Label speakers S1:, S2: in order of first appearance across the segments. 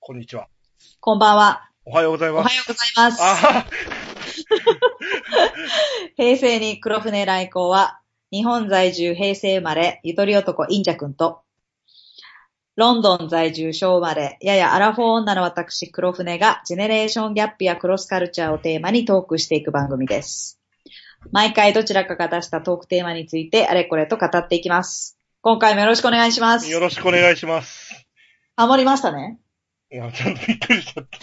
S1: こんにちは。
S2: こんばんは。
S1: おはようござい
S2: おは
S1: ます。
S2: ようございます。
S1: あ
S2: 平成に黒船来航は、日本在住平成生まれ、ゆとり男インジャ君と、ロンドン在住昭和生まれ、ややアラフォー女の私黒船が、ジェネレーションギャップやクロスカルチャーをテーマにトークしていく番組です。毎回どちらかが出したトークテーマについてあれこれと語っていきます。今回もよろしくお願いしま
S1: ーよ
S2: す。
S1: ろしくお願いします。
S2: ハモりましたね。
S1: いや、ちゃんとびっくりしちゃった。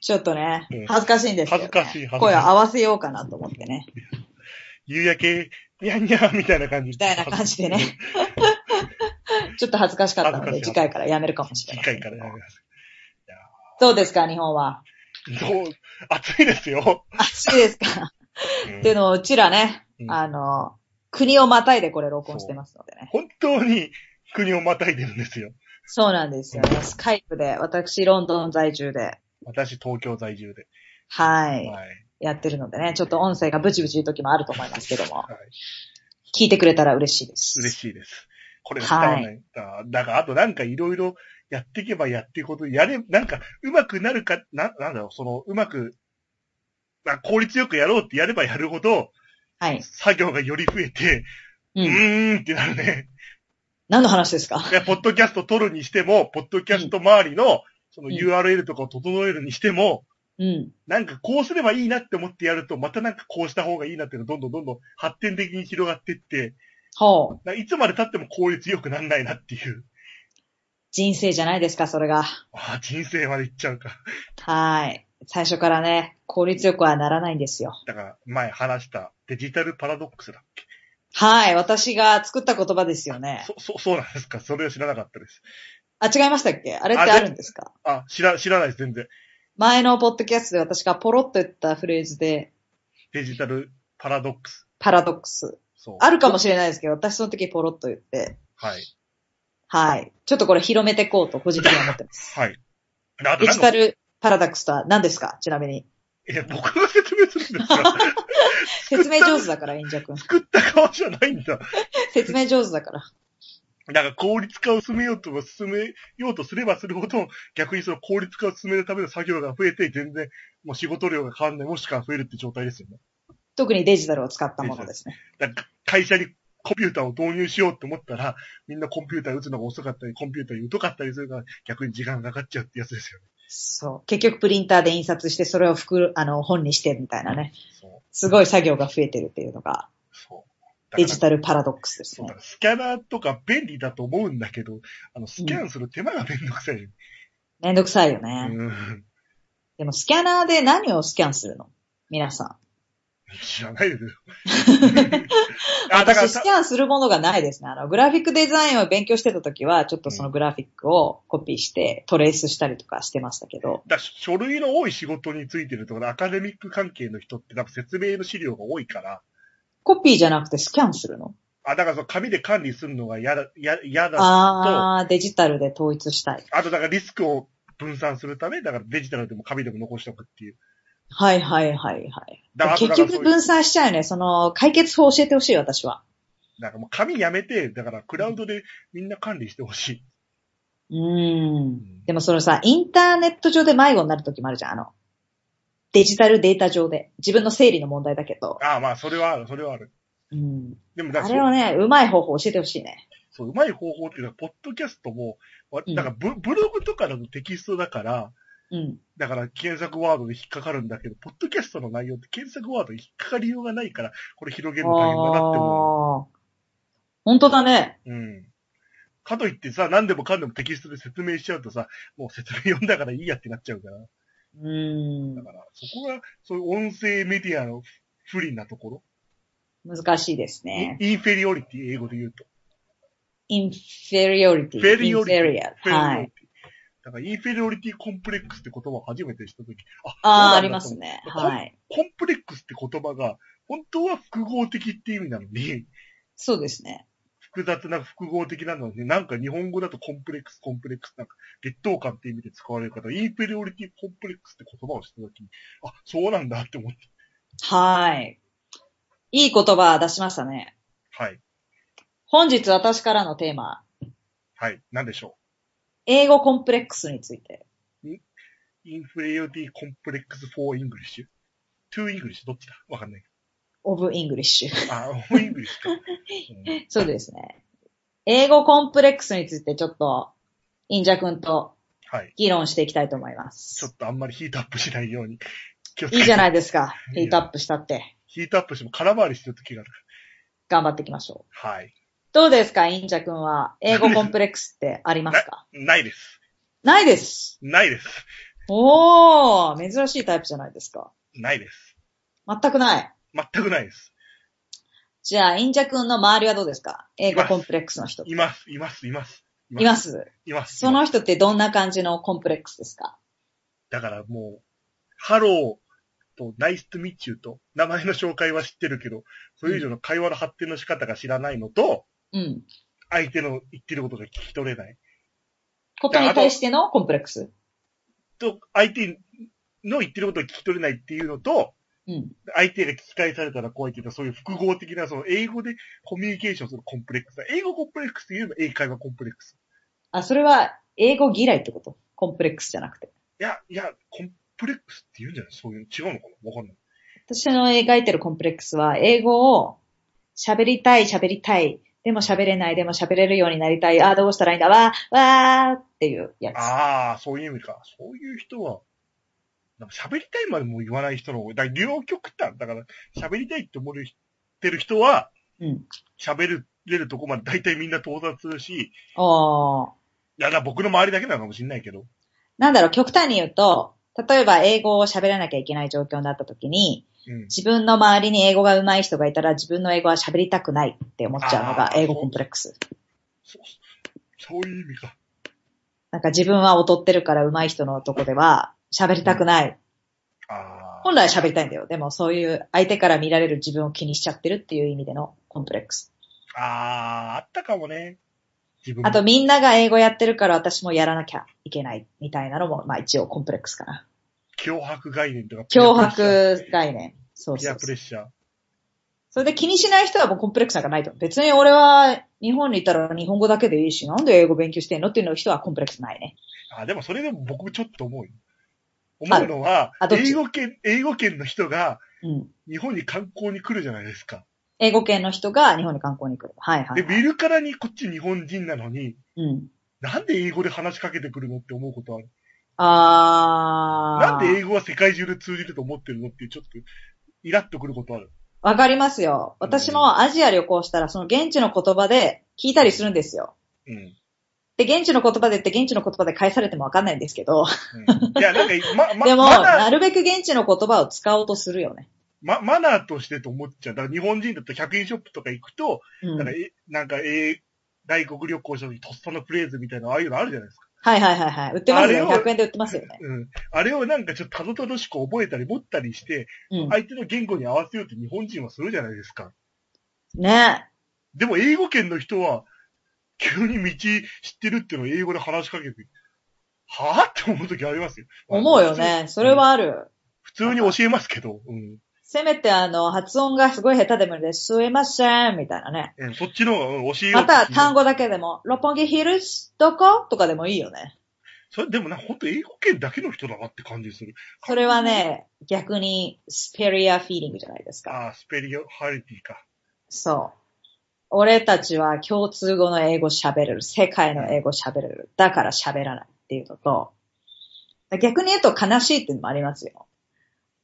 S2: ちょっとね
S1: うん、
S2: 恥ずかしいんですけど、ね。
S1: 恥ずかしい恥ずかしい
S2: 声を合わせようかなと思ってね。
S1: 夕焼け、にゃんにゃんみたいな感じ。み
S2: みたいな感じでね。。ちょっと恥ずかしかったの
S1: 恥
S2: で、
S1: ず
S2: 次
S1: かしかった
S2: 回からやめるかもしれ
S1: 次
S2: ない。
S1: 回からやります。
S2: どうですか、日本は。
S1: どう、暑いですよ。
S2: 暑いですか
S1: うん
S2: っていうのを、うちらね
S1: う、ん
S2: あの、国をまたいでこれ録音してますのでね。
S1: 本当に国をまたいでるんですよ。
S2: そうなんですよ。スカイプで、私、ロンドン在住で、
S1: 私、東京在住で。
S2: はい、
S1: はい。
S2: やってるのでね、ちょっと音声がブチブチいう時もあると思いますけども
S1: は、い
S2: 聞いてくれたら嬉しいです。
S1: 嬉しいです。これが伝わらない。あだから、あとなんかいろいろやっていけばやっていくほど、やれ、なんか、うまくなるか、な、なんだろう、その、うまく、まあ、効率よくやろうってやればやるほど、
S2: はい。
S1: 作業がより増えて、
S2: う。
S1: うんーんってなるね。
S2: 何の話ですか
S1: いや、ポッドキャスト撮るにしても、ポッドキャスト周りの、その
S2: うん
S1: URL とかを整えるにしても、
S2: うん。
S1: なんかこうすればいいなって思ってやると、またなんかこうした方がいいなっていうのがどんどんどんどん発展的に広がってって、
S2: ほう。
S1: なんかいつまで経っても効率良くなんないなっていう。
S2: 人生じゃないですか、それが。
S1: ああ、人生までいっちゃうか。
S2: はい。最初からね、効率よくはならないんですよ。
S1: だから、前話したデジタルパラドックスだ。
S2: はい。私が作った言葉ですよね。
S1: そ、そ、そうなんですかそれを知らなかったです。
S2: あ、違いましたっけあれってあるんですか
S1: あ、知ら、知らないです、全然。
S2: 前のポッドキャストで私がポロッと言ったフレーズで、
S1: デジタルパラドックス。
S2: パラドックス。
S1: そう。
S2: あるかもしれないですけど、私その時ポロッと言って、
S1: はい。
S2: はい。ちょっとこれ広めていこうと、個人的には思ってます。
S1: はい。あとなんか
S2: デジタルパラドックスとは何ですかちなみ に。
S1: え、僕が説明するんですか
S2: 説明上手だから、インジャ君。
S1: 作った側じゃないんだ。
S2: 説明上手だから。
S1: だから効率化を進めようと、進めようとすればするほど、逆にその効率化を進めるための作業が増えて、全然、もう仕事量が変わんない、もしくは増えるって状態ですよね。
S2: 特にデジタルを使ったものですね。
S1: だから会社にコンピューターを導入しようと思ったら、みんなコンピューター打つのが遅かったり、コンピューターに疎かったりするから、逆に時間がかかっちゃうってやつですよね。
S2: そう。結局プリンターで印刷して、それを袋、あの、本にしてみたいなね。
S1: そう。
S2: すごい作業が増えてるっていうのが、
S1: そう。
S2: デジ
S1: ル。
S2: タルパラドックスです
S1: そうだか。
S2: ね
S1: らスキャナーとか便利だと思うんだけど、あの、スキャンする手間がめんどくさいよね。
S2: めんどくさいよね。
S1: うん。
S2: でもスキャナーで何をスキャンするの皆さん。
S1: 知らないです よ。あ、だから
S2: 私
S1: さ
S2: ス、キャンするものがないですね。あの、グラフィックデザインを勉強してた時は、ちょっとそのグラフィックをコピーしてトレースしたりとかしてましたけど。
S1: だ書類の多い仕事についてるところ、アカデミック関係の人って多分説明の資料が多いから、
S2: コピーじゃなくてスキャンするの
S1: あ、だからその紙で管理するのが嫌だ、嫌嫌だ。あ
S2: あー、デジタルで統一したい。
S1: とだからリスクを分散するため、だからデジタルでも紙でも残しておくっていう。
S2: はいはいはいはい。
S1: だからあとだか
S2: 結
S1: らそ
S2: 局
S1: ういう、
S2: 分散しちゃうよね。その、解決法教えてほしい、私は。
S1: だからもう紙やめて、だからクラウドでみんな管理してほしい。
S2: うーん。でもそのさ、インターネット上で迷子になる時もあるじゃん。あの、デジタルデータ上で。自分の整理の問題だけど。
S1: ああ、まあそれはある、それはある。
S2: うん。
S1: でもだ
S2: あ
S1: か
S2: れを
S1: ら
S2: ね、うまい方法教えてほしいね。
S1: そう、うまい方法っていうのは、ポッドキャストも、わ
S2: うん
S1: だからブブログとかのテキストだから、
S2: うん。
S1: だから検索ワードで引っかかるんだけど、ポッドキャストの内容って検索ワードに引っかかりようがないから、これ広げるの大変だなって思
S2: あー本当だね。
S1: う。うん。かといってさ、何でもかんでもテキストで説明しちゃうとさ、もう説明読んだからいいやってなっちゃうから。
S2: うー
S1: だ
S2: ん。
S1: から、そこが、そういう音声メディアの不利なところ。
S2: 難しいですね。
S1: インフェリオリティ、英語で言うと。
S2: インフェリオリティ。
S1: フェリオリティ
S2: ィは
S1: フェリオリ
S2: い。
S1: ティだから、インフェリオリティコンプレックスって言葉を初めてしたとき、
S2: ああ、
S1: そうなんだ
S2: ありますね。
S1: と思う
S2: はい。
S1: コンプレックスって言葉が、本当は複合的って意味なのに、
S2: そうですね。
S1: 複雑な複合的なのに、なんか日本語だとコンプレックス、コンプレックス、なんか劣等感って意味で使われる方、インペリオリティコンプレックスって言葉をしたときに、あ、そうなんだって思って、
S2: はい。いい言葉出しましたね。
S1: はい、
S2: 本日私からのテーマ、
S1: はい、なんでしょ
S2: 英語コンプレックスについて。
S1: inferiority complex for English? to English? どっちだわかんない。
S2: of English。
S1: あ、for English か。うん
S2: そうですね。英語コンプレックスについてちょっと、インジャ君と
S1: はい。
S2: 議論していきたいと思いま
S1: ちょ
S2: す。
S1: っとあんまりヒートアップしないように。気をつけ
S2: いい
S1: て
S2: じゃないですか。ヒートアップしたって。
S1: ヒートアップしても空回りしてる時があるか
S2: 頑張っていきましょう。
S1: ら。はい。
S2: どうですか、インジャ君は。英語コンプレックスってありますか
S1: ないです。
S2: ないです。
S1: ないです。
S2: おー、珍しいタイプじゃないですか。
S1: ないです。
S2: 全くない。
S1: 全くないです。
S2: じゃあ、インジャ君の周りはどうですか英語コンプレックスの人。
S1: います、います、います。
S2: います。
S1: います。
S2: その人ってどんな感じのコンプレックスですか
S1: だからもう、ハローとナイスとミッチューと、名前の紹介は知ってるけど、それ以上の会話の発展の仕方が知らないのと、
S2: うん。
S1: 相手の言ってることが聞き取れない。
S2: ことに対してのコンプレックス。
S1: と、相手の言ってることを聞き取れないっていうのと、
S2: うん。
S1: 相手が聞き返されたら怖いっていうのは、そういう複合的な、その英語でコミュニケーションするコンプレックス。英語コンプレックスというよりも英会話コンプレックス。
S2: あ、それは英語嫌いってことコンプレックスじゃなくて。
S1: いや、いや、コンプレックスって言うんじゃないそういうの違うのかなわかんない。
S2: 私の描いてるコンプレックスは、英語を喋りたい、喋りたい。でも喋れない、でも喋れるようになりたい。ああ、どうしたらいいんだ、わー、わーっていうやつ。
S1: ああ、そういう意味か。そういう人は、なんか喋りたいまでも言わない人の方が、だから両極端。だから喋りたいって思ってる人は、
S2: うん。
S1: 喋れるとこまで大体みんな到達するし、
S2: おー。
S1: いや、だから僕の周りだけなのかもしれないけど。
S2: なんだろう、極端に言うと、例えば英語を喋らなきゃいけない状況になった時に、
S1: うん。
S2: 自分の周りに英語が上手い人がいたら自分の英語は喋りたくないって思っちゃうのが
S1: あー
S2: 英語コンプレックス。
S1: そう、そういう意味か。
S2: なんか自分は劣ってるから上手い人のとこでは喋りたくない。
S1: ああ。
S2: 本来は喋りたいんだよ。でもそういう相手から見られる自分を気にしちゃってるっていう意味でのコンプレックス。
S1: ああ、あったかもね。自分も
S2: あと、みんなが英語やってるから私もやらなきゃいけないみたいなのも、まあ一応コンプレックスかな。
S1: 脅迫概念とか。
S2: 脅。迫概念。そう
S1: ピ
S2: そ
S1: ア
S2: う
S1: プ
S2: そ
S1: レ
S2: う。
S1: ッシャー。
S2: それで気にしない人はもうコンプレックスなんかないと思う。別に俺は日本にいたら日本語だけでいいし、なんで英語勉強してんのっていうの人はコンプレックスないね。
S1: あ、でもそれでも僕ちょっと思うよ。思うのは
S2: あ、どっち
S1: 英語圏、英語圏の人が
S2: うん。
S1: 日本に観光に来るじゃないですか。
S2: 英語圏の人が日本に観光に来る。はいは
S1: で、
S2: い。
S1: 見るからにこっち日本人なのに、
S2: うん。
S1: なんで英語で話しかけてくるのって思うことある。
S2: あー。
S1: なんで英語は世界中で通じると思ってるのっていうちょっと、イラッとくることある。
S2: わかりますよ。私もアジア旅行したら、その現地の言葉で聞いたりするんですよ。
S1: うん。
S2: で、現地の言葉で言って現地の言葉で返されてもわかんないんですけど、
S1: うん、いや、なんか、ま、ま、
S2: でも、
S1: マナ
S2: な
S1: ー、
S2: るべく現地の言葉を使おうとするよね。
S1: ま、マナーとしてと思っちゃう。だから日本人だと100円ショップとか行くと、
S2: うん。
S1: なんか、
S2: はい
S1: えなんか、え外国旅行した時とっさのフレーズみたいな、ああいうのあるじゃないですか。
S2: はいはいはい。売ってますよ。
S1: あれを
S2: 100円で売ってますよね。
S1: うん。あれをなんかちょっとたどたどしく覚えたり持ったりして、
S2: うん。
S1: 相手の言語に合わせようって日本人はするじゃないですか。
S2: ね
S1: でも英語圏の人は、急に道知ってるっていうのを英語で話しかけて、はぁって思う時ありますよ。
S2: 思うよね。それはある。
S1: 普通。普通に教えますけど、うん。
S2: せめてあの、発音がすごい下手でもいいです。すいません、みたいなね。
S1: うんそっちの方がうん教えよう
S2: ま
S1: って
S2: た、単語だけでも、六本木ヒルズ、どことかでもいいよね。
S1: それでもな、ほんと英語圏だけの人だなって感じする。
S2: それはね、逆に、スペリアフィーリングじゃないですか。
S1: ああ、スペリオハリティか。
S2: そう。俺たちは共通語の英語喋れる。世界の英語喋れる。だから喋らないっていうのと、逆に言うと悲しいっていうのもありますよ。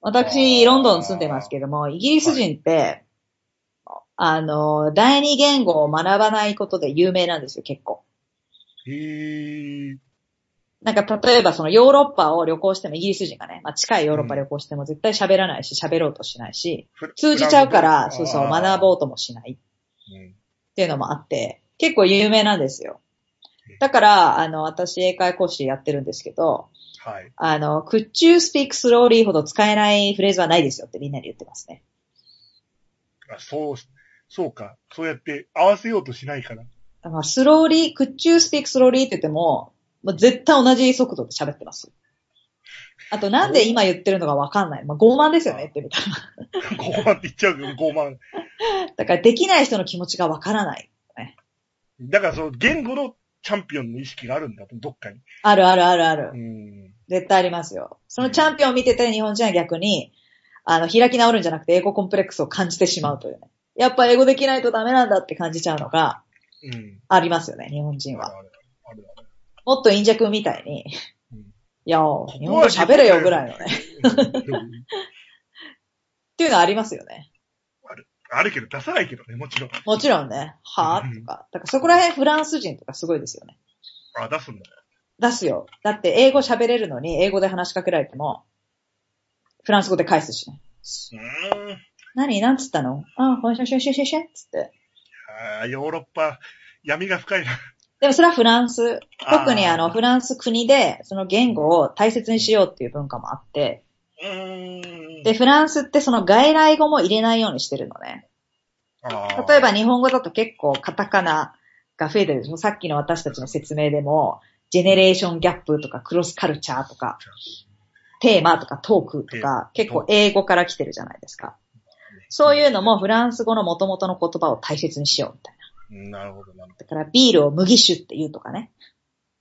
S2: 私、
S1: あー
S2: ロンドン住んでますけども、イギリス人って、あの、第二言語を学ばないことで有名なんですよ、結構。
S1: へえ。
S2: なんか例えばそのヨーロッパを旅行してもイギリス人がね、まあ近いヨーロッパ
S1: うん
S2: 旅行しても絶対喋らないし喋ろうとしないし、
S1: フラ
S2: 通じちゃうか
S1: フラン
S2: ら、
S1: ス
S2: そ
S1: 語
S2: うそう、
S1: ああ
S2: 学ぼうともしない。
S1: うん
S2: っていうのもあって、結構有名なんですよ。だから、あの、私、英会講師やってるんですけど、
S1: はい。
S2: あの、could you speak slowly ほど使えないフレーズはないですよってみんなに言ってますね。
S1: あそう、そうか。そうやって合わせようとしないから。
S2: まあ、slowly, could you speak slowly って言っても、もう絶対同じ速度で喋ってます。あと、なんで今言ってるのがわかんない。まあ、傲慢ですよね、言ってみたら。
S1: 傲慢って言っちゃうけど、傲慢。
S2: だから、できない人の気持ちがわからない。
S1: だからその言語のチャンピオンの意識があるんだと、どっかに。
S2: あるあるあるある。
S1: うん。
S2: 絶対ありますよ。そのチャンピオンを見てて日本人は逆に、あの、開き直るんじゃなくて英語コンプレックスを感じてしまうというね。やっぱ英語できないとダメなんだって感じちゃうのが
S1: うん。
S2: ありますよね、日本人
S1: あ
S2: は。
S1: るあるあるある
S2: もっと陰弱みたいに
S1: うん、
S2: いや、日
S1: こ
S2: 本
S1: こ
S2: 語
S1: は
S2: 喋れよぐらいのね。っ
S1: うん
S2: ていうのはありますよね。
S1: あるけど出さないけどね、もちろん。
S2: もちろんね、は
S1: うん
S2: ぁとか。だからそこら辺フランス人とかすごいですよね。
S1: あ、出すんだ。
S2: 出すよ。だって英語喋れるのに英語で話しかけられても、フランス語で返すしね。
S1: うーん。
S2: 何なんつったのあ、ほんしょしょしょしょしょつって。
S1: あーヨーロッパ、闇が深いな。
S2: でもそれはフランス。
S1: あー
S2: 特にあの、フランス国で、その言語を大切にしようっていう文化もあって、
S1: うーん。
S2: で、フランスってその外来語も入れないようにしてるのね。
S1: あー
S2: 例えば、日本語だと結構カタカナが増えてるでしょさっきの私たちの説明でも、ジェネレーションギャップとかクロスカルチャーとか、テーマとかトークとか、結構英語から来てるじゃないですか。そういうのもフランス語の元々の言葉を大切にしようみたいな。
S1: うんなるほど、なるほ
S2: だからビールを麦酒って言うとかね。
S1: ど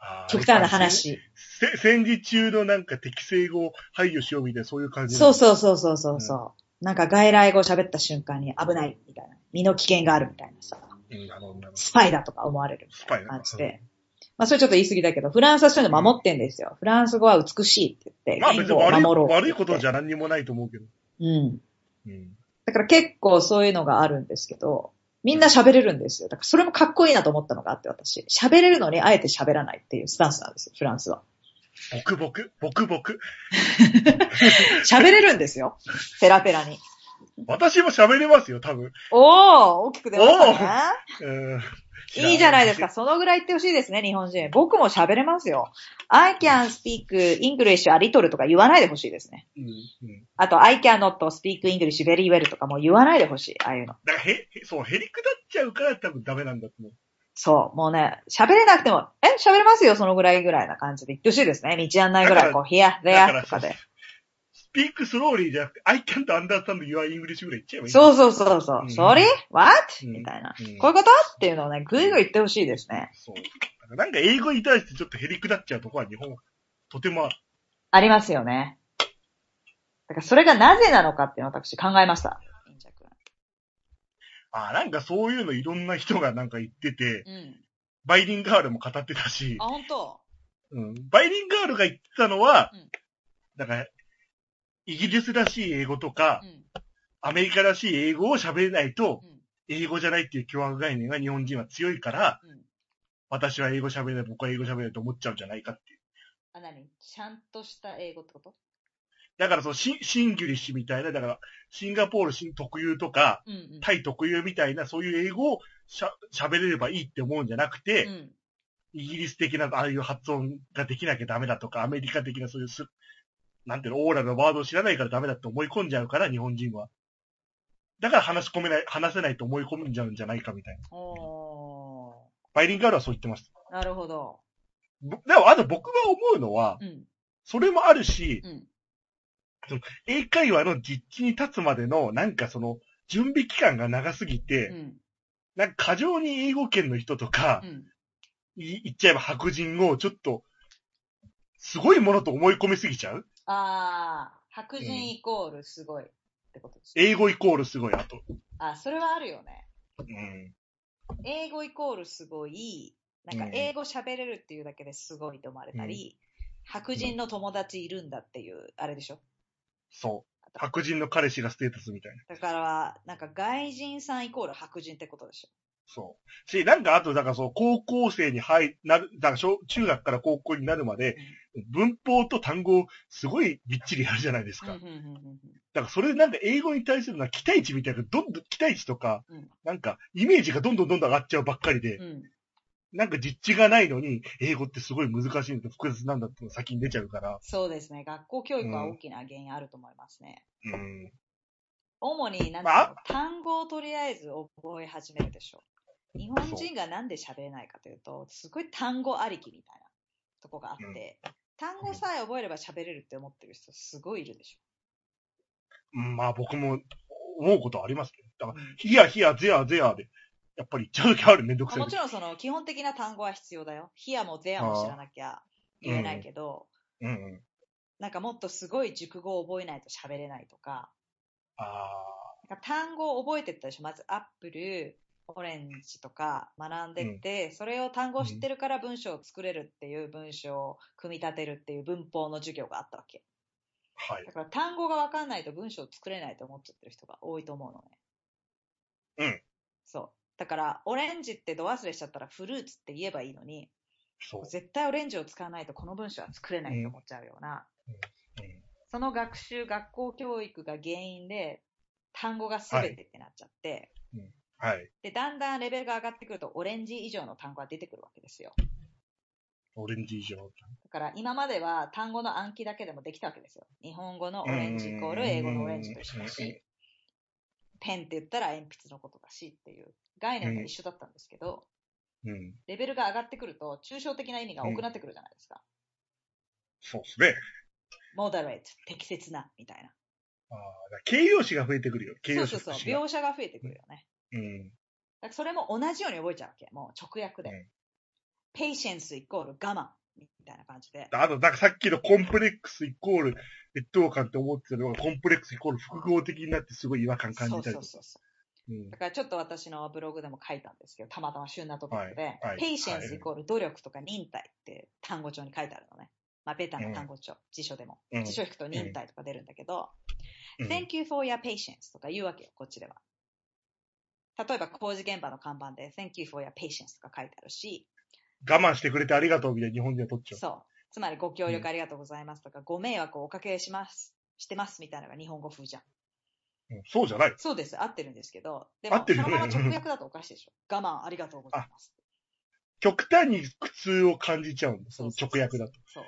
S1: あー。
S2: 極端な話。
S1: せ。戦時中のなんか適正語を排除しようみたいな、そういう感じ
S2: そう
S1: う。
S2: そうそうそうそうそう、なんか外来語喋った瞬間に危ないみたいな。身の危険があるみたいなさ。
S1: うんなるほど、なるほど。
S2: スパイだとか思われるみ
S1: ス
S2: た
S1: パ
S2: い
S1: イ
S2: な
S1: だ
S2: 感じで。まあそれちょっと言い過ぎだけど、フランスはそういうの守ってんですよ。フランス語は美しいって言
S1: まあ
S2: って、
S1: 別
S2: 言
S1: に
S2: 語を
S1: 悪い
S2: 守ろう
S1: 悪いことじ
S2: ゃ。
S1: ゃ何にもないと思うけど。
S2: うん。
S1: うん。
S2: だから結構そういうのがあるんですけど、みんな喋れるんですよ。だからそれもかっこいいなと思ったのがあって私。喋れるのにあえて喋らないっていうスタンスなんですよ、フランスは。
S1: ボクボク、ボクボク。
S2: 喋れるんですよ。ペラペラに。
S1: 私も喋れますよ、多分。
S2: おー大きく出ましたね。
S1: うん
S2: いいじゃないですか。。そのぐらい言ってほしいですね、日本人。僕も喋れますよ。I can speak English a little とか言わないでほしいですね。
S1: うんうん。
S2: あと、I cannot speak English very well とかもう言わないでほしい、ああいう
S1: だ
S2: の。
S1: からへ、へそう、へりくだっちゃうから多分ダメなんだと思う。
S2: そう、もうね、喋れなくても、え、喋れますよ、そのぐらいぐらいな感じで言ってほしいですね。道案内ぐらい、こう、here,
S1: だか
S2: there
S1: ら
S2: とかで。
S1: スピークスローリーじゃなくて、I can't understand your English ぐらい言っちゃえばいい。
S2: そうそうそうそうう。
S1: ん
S2: Sorry? What?
S1: うん
S2: みたいな
S1: うん。
S2: こういうことっていうのをね、ぐいぐい言ってほしいですね。
S1: そう。なんか英語に対してちょっとへりくだっちゃうとこは日本はとてもある。
S2: ありますよね。だから、それがなぜなのかっていうのを私考えました。インジャ君
S1: ああ、なんかそういうのいろんな人がなんか言ってて、
S2: うん。
S1: バイリンガールも語ってたし、
S2: あ、本当
S1: うん、バイリンガールが言ってたのは、
S2: うん
S1: だから、イギリスらしい英語とか、
S2: うん。
S1: アメリカらしい英語を喋れないと
S2: うん、
S1: 英語じゃないっていう凶悪概念が日本人は強いから、
S2: うん。
S1: 私は英語喋れない、僕は英語喋れないと思っちゃうんじゃないかっていう。
S2: あ、何ちゃんとした英語ってこと
S1: だからそのシン、シンギュリッシュみたいな、だから、シンガポール新特有とか、
S2: うんうん。
S1: タイ特有みたいな、そういう英語をしゃ喋れればいいって思うんじゃなくて、
S2: うん。
S1: イギリス的な、ああいう発音ができなきゃダメだとか、アメリカ的なそういうす、なんていうの、オーラのワードを知らないからダメだって思い込んじゃうから、日本人は。だから話し込めない、話せないと思い込んじゃうんじゃないかみたいな。
S2: お
S1: バイリンガールはそう言ってました。
S2: ー。なるほど。
S1: ぼでも、あと僕が思うのは、
S2: うん。
S1: それもあるし、
S2: うん。
S1: 英会話の実地に立つまでの、なんかその、準備期間が長すぎて、
S2: うん。
S1: なんか過剰に英語圏の人とか
S2: う、ん。
S1: い言っちゃえば白人をちょっと、すごいものと思い込みすぎちゃう
S2: あー、白人イコールすごいってことですね。
S1: 英語イコールすごい、あと。
S2: あ、それはあるよね。
S1: うん。
S2: 英語イコールすごい、なんか
S1: うん
S2: 英語喋れるっていうだけですごいと思われたり、白人の友達いるんだっていう、あれでしょ
S1: そう。白人の彼氏がステータスみたいな。
S2: だから、なんか外人さんイコール白人ってことでしょ
S1: そう。し、なんかあと、だからそう、高校生に入、なる、だから小中学から高校になるまで、文法と単語をすごいびっちりやるじゃないです
S2: うん
S1: か。
S2: うんうんうんうん。
S1: だからそれでなんか英語に対するな期待値みたいな、どんどん期待値とか、
S2: うん
S1: なんかイメージがどんどんどんどん上がっちゃうばっかりで、
S2: うん
S1: なんか実地がないのに、英語ってすごい難しいんだと複雑なんだってのが先に出ちゃうから、
S2: そうですね。学校教育は大きな原因あると思いますね。
S1: うん。
S2: 主に、なん
S1: ま
S2: か、単語をとりあえず覚え始めるでしょう。日本人がなんで喋れないかというと、すごい単語ありきみたいなとこがあって、単語さえ覚えれば喋れるって思ってる人すごいいるでし
S1: まあ僕も思うことはありますけど、だ
S2: ょ
S1: から、。ヒヤヒヤゼアゼアで、やっぱり言っちゃう時あるめんどくさい
S2: も
S1: 時
S2: ちろんその基本的な単語は必要だよ。ヒアもゼアも知らなきゃ言えないけど、
S1: うんうん。
S2: なんかもっとすごい熟語を覚えないと喋れないとか、
S1: あ
S2: なんか単語を覚えてったでしょ。まずアップル、オレンジとか学んでって、それを単語を知ってるから文章を作れるっていう文章を組み立てるっていう文法の授業があったわけ。
S1: あ、はい
S2: だ。から単語がわかんないと文章を作れないと思っちゃってる人が多いと思うの
S1: う
S2: ね。
S1: ん。
S2: そう。だから、オレンジってど忘れしちゃったらフルーツって言えばいいのに、
S1: そう。
S2: 絶対オレンジを使わないとこの文章は作れないって思っちゃうような。
S1: うん
S2: その学習、学校教育が原因で、単語が全てってなっちゃって、
S1: はい。
S2: で、だんだんレベルが上がってくると、オレンジ以上の単語が出てくるわけですよ。
S1: オレンジ以上。
S2: だから、今までは単語の暗記だけでもできたわけですよ。日本語のオレンジイコール英語のオレンジと一緒だ
S1: うん
S2: し、ペンって言ったら鉛筆のことだしっていう概念が一緒だったんですけど、
S1: うん。
S2: レベルが上がってくると、抽象的な意味が多くなってくるじゃないですか。
S1: そうですね。
S2: モダレート、適切な、みたいな。
S1: ああ、だから形容詞が増えてくるよ。形
S2: そ
S1: 容
S2: う
S1: 詞
S2: そう
S1: と
S2: そう、
S1: 詞が
S2: 描写が増えてくるよね。
S1: うん。
S2: だからそれも同じように覚えちゃうわけ。もう直訳で。
S1: うん
S2: ペイシェンスイコール我慢みたいな感じで。
S1: あと、なんかさっきのコンプレックスイコール劣等感って思ってたのが、コンプレックスイコール複合的になってすごい違和感感じ
S2: そう
S1: たりと
S2: そう
S1: か。
S2: そうそう。
S1: うん
S2: だからちょっと私のブログでも書いたんですけど、たまたま旬なトピックで、
S1: はい
S2: ペイシェンスイコール努力とか忍耐って単語帳に書いてあるのね。まあ、ベタな単語帳、辞書でも。
S1: うん
S2: 辞書引くと忍耐とか出るんだけど、
S1: うん
S2: Thank you for your patience とか言うわけよ、こっちでは。例えば工事現場の看板で Thank you for your patience とか書いてあるし、
S1: 我慢してくれてありがとうみたいな日本人は取っちゃう。
S2: そう。つまり、ご協力ありがとうございますとか、ご迷惑をおかけします、してますみたいなのが日本語風じゃん。
S1: うんそうじゃない。
S2: そうです。合ってるんですけど、でも、
S1: 合ってる
S2: そ
S1: よ
S2: の
S1: ね
S2: まま直訳だとおかしいでしょ。我慢ありがとうございます。
S1: 極端に苦痛を感じちゃうんだ。その
S2: そうそう
S1: 直訳だと。
S2: そう。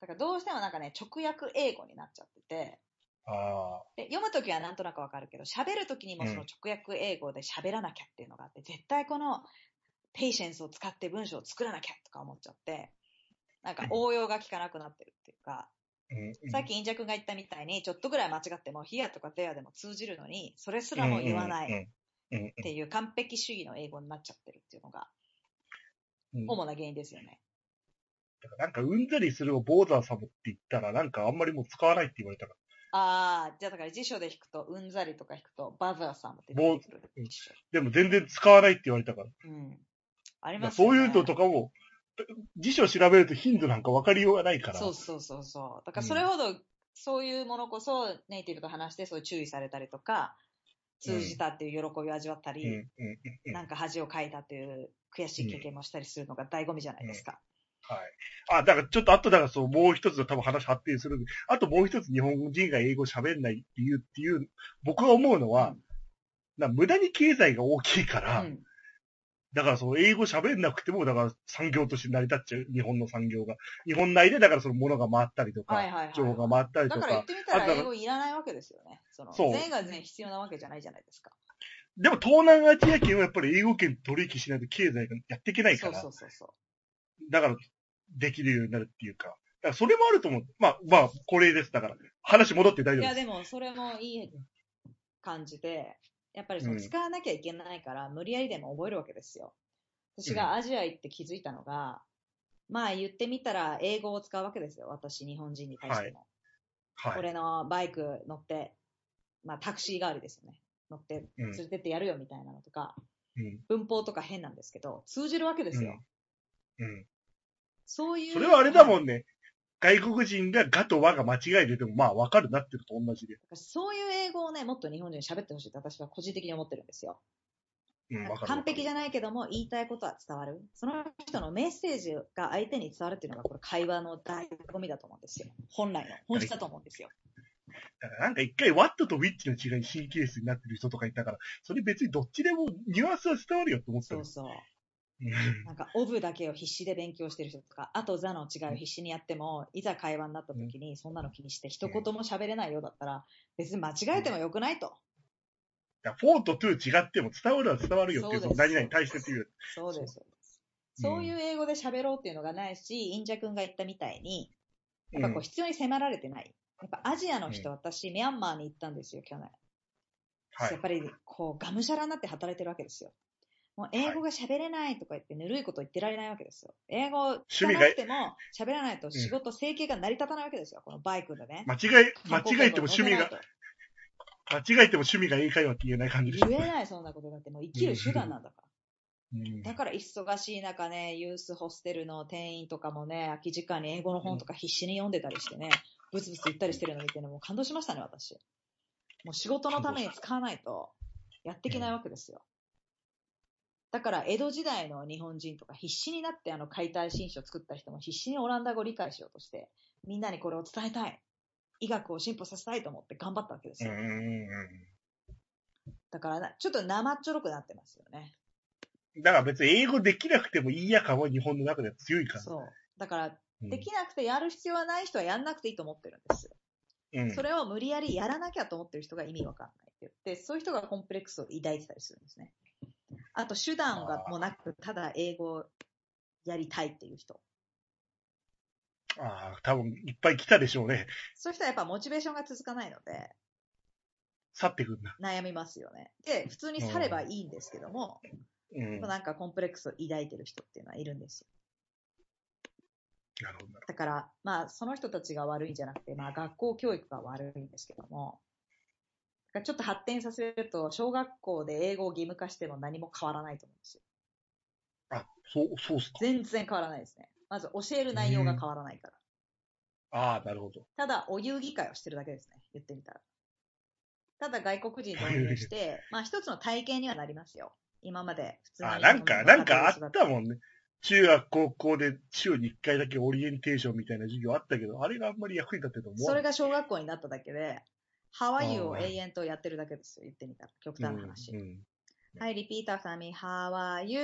S2: だからどうしてもなんかね、直訳英語になっちゃってて、
S1: ああ、
S2: で読むときはなんとなくわかるけど、喋るときにもその直訳英語で喋らなきゃっていうのがあって、絶対この、ペイシェンスを使って文章を作らなきゃとか思っちゃって、なんか応用が効かなくなってるっていうか、
S1: うん。
S2: さっきインジャ君が言ったみたいに、ちょっとぐらい間違っても、ヒアとかゼアでも通じるのに、それすらも言わないっ
S1: うん。うん。
S2: ていう完璧主義の英語になっちゃってるっていうのが、
S1: うん
S2: 主な原因ですよね。
S1: なんかうんざりするをボーザーサムって言ったら、なんかあんまりもう使わないって言われたから。
S2: ああ、じゃあだから辞書で引くと、うんざりとか引くと、バザーさんって出てくるでしょ。
S1: でも全然使わないって言われたから。
S2: うん。あり
S1: だから
S2: ますよ
S1: そう
S2: ね。
S1: いうのとかも、辞書調べると頻度なんか分かりようがないから。
S2: そうそうそうそう。だからそれほど、そういうものこそ、ネイティブと話して、そういう注意されたりとか、通じたっていう喜びを味わった
S1: うん。うん
S2: り、
S1: うん。うん
S2: なんか恥をかいたという悔しい経験もしたりするのが醍醐味じゃないですか。
S1: はい。あ、だからちょっとあとだからそう、もう一つの多分話発展するんで、あともう一つ日本人が英語喋んない理由っていう、僕が思うのは、な無駄に経済が大きいか
S2: う
S1: ら、
S2: ん。
S1: だからその英語喋んなくても、だから産業として成り立っちゃう、日本の産業が。日本内でだからその物が回ったりとか、
S2: はいはいはい
S1: 情報が回ったりと
S2: だ
S1: か。
S2: から言ってみた
S1: あ
S2: ら
S1: だか
S2: 英
S1: ら
S2: 語いらないわけですよね。その
S1: そう
S2: 全員が全員必要なわけじゃないじゃないですか。
S1: でも東南アジア圏はやっぱり英語圏と取引しないと経済がやっていけないか
S2: そ
S1: ら、
S2: うそうそうそう。
S1: だからできるようになるっていうか。だからそれもあると思う。まあ、まあ、これです。だから、話戻って大丈
S2: い
S1: 夫で
S2: や
S1: す。
S2: でもそれもいい感じで、やっぱりそうの
S1: ん
S2: 使わなきゃいけないから、無理やりでも覚えるわけですよ。私がアジア行って気づいたのが、まあ言ってみたら英語を使うわけですよ。私、日本人に対しても。
S1: はい。
S2: 俺のバイク乗って、まあタクシー代わりですよね。乗って
S1: う
S2: 連れてってやるよみたいなのとか、
S1: うん。
S2: 文法とか変なんですけど、通じるわけですよ。
S1: うん。
S2: そういう。
S1: それはあれだもんね。外国人がガと和が間違えてても、まあ、わかるなってると同じで。
S2: そういう英語をね、もっと日本人に喋ってほしいって私は個人的に思ってるんですよ。
S1: うん、わかる。
S2: 完璧じ
S1: ゃ
S2: ゃないけども、言いたいことは伝わる。その人のメッセージが相手に伝わるっていうのが、これ会話の醍醐味だと思うんですよ。本来の。本質だと思うんですよ。
S1: だからなんか一回、ワットとウィッチの違いに神経質になってる人とかいたから、それ別にどっちでもニュアンスは伝わるよって思ってた
S2: そ
S1: の
S2: うそう。
S1: うん
S2: なんか、オブだけを必死で勉強してる人とか、あとザの違いを必死にやっても、いざ会話になった時に、そんなの気にして、一言も喋れないようだったら、別に間違えてもよくないと。
S1: いや、4と2違っても伝わるは伝わるよっていう、
S2: そ
S1: そうの
S2: です
S1: 何々に対してっていう。
S2: そうです。
S1: うん
S2: そういう英語で喋ろうっていうのがないし、インジャ君が言ったみたいに、やっぱこ
S1: う
S2: うん必要に迫られてない。やっぱアジアの人、
S1: う
S2: 私、ミャンマーに行ったんですよ、去年。
S1: は
S2: や
S1: い
S2: っ。ぱり、こう、がむしゃらになって働いてるわけですよ。もう英語が喋れないとか言ってぬるいこと言ってられないわけですよ。英語を
S1: 趣味が
S2: なくても喋らないと仕事、生計が成り立たないわけですよ。このバイクでね。
S1: 間違え、間
S2: 観光
S1: 違えても趣
S2: 客
S1: 味が
S2: 乗せ、ない
S1: 間違えても趣味が英会話って言えない感じでし
S2: と
S1: ょ。
S2: 言えない、そんなことだって。もう生きる手段なんだから。
S1: うん
S2: だから忙しい中ね、ユースホステルの店員とかもね、空き時間に英語の本とか必死に読んでたりしてね、ブツブツ言ったりしてるの見てね、もう感動しましたね、私。もう仕事のために使わないと、やっていけないわけですよ。だから、江戸時代の日本人とか必死になってあの解体新書を作った人も必死にオランダ語を理解しようとして、みんなにこれを伝えたい。医学を進歩させたいと思って頑張ったわけです
S1: うん
S2: よ。
S1: うん
S2: だからな、ちょっと生っちょろくなってますよね。
S1: うんだから別に英語できなくてもいいやかは日本の中では強いから。
S2: そう。だから、
S1: うん
S2: できなくてやる必要はない人はやんなくていいと思ってるんです。
S1: うん
S2: それを無理やりやらなきゃと思ってる人が意味わかんないって言って、そういう人がコンプレックスを抱いてたりするんですね。あと、手段がもうなく、ただ英語をやりたいっていう人。
S1: ああ、多分いっぱい来たでしょうね。
S2: そういう人はやっぱモチベーションが続かないので、
S1: 去ってくんだ。
S2: 悩みますよね。で、普通に去ればいいんですけども、
S1: うん。なる
S2: なんかコンプレックスを抱いてる人っていうのはいるんですよ。
S1: ほどな。
S2: だから、まあ、その人たちが悪いんじゃなくて、まあ、学校教育が悪いんですけども、だからちょっと発展させると、小学校で英語を義務化しても何も変わらないと思うんですよ。
S1: あ、そう、そうっすか。
S2: 全然変わらないですね。まず教える内容が変わらないから。
S1: ああ、なるほど。
S2: ただ、お遊戯会をしてるだけですね。言ってみたら。ただ、外国人とお遊戯して、まあ、一つの体験にはなりますよ。今まで普通
S1: あ
S2: に
S1: あ、なんか、なんかあった
S2: ん。
S1: もんね。中学、高校で週に1回だけオリエンテーションみたいな授業あったけど、あれがあんまり役に立ってると思
S2: それ
S1: わ
S2: が小学校になっただけで、ハワイを永遠とやってるだけですよ。言ってみたら。極端な話。
S1: うんうん
S2: はい、リピーターさんみ、How are you?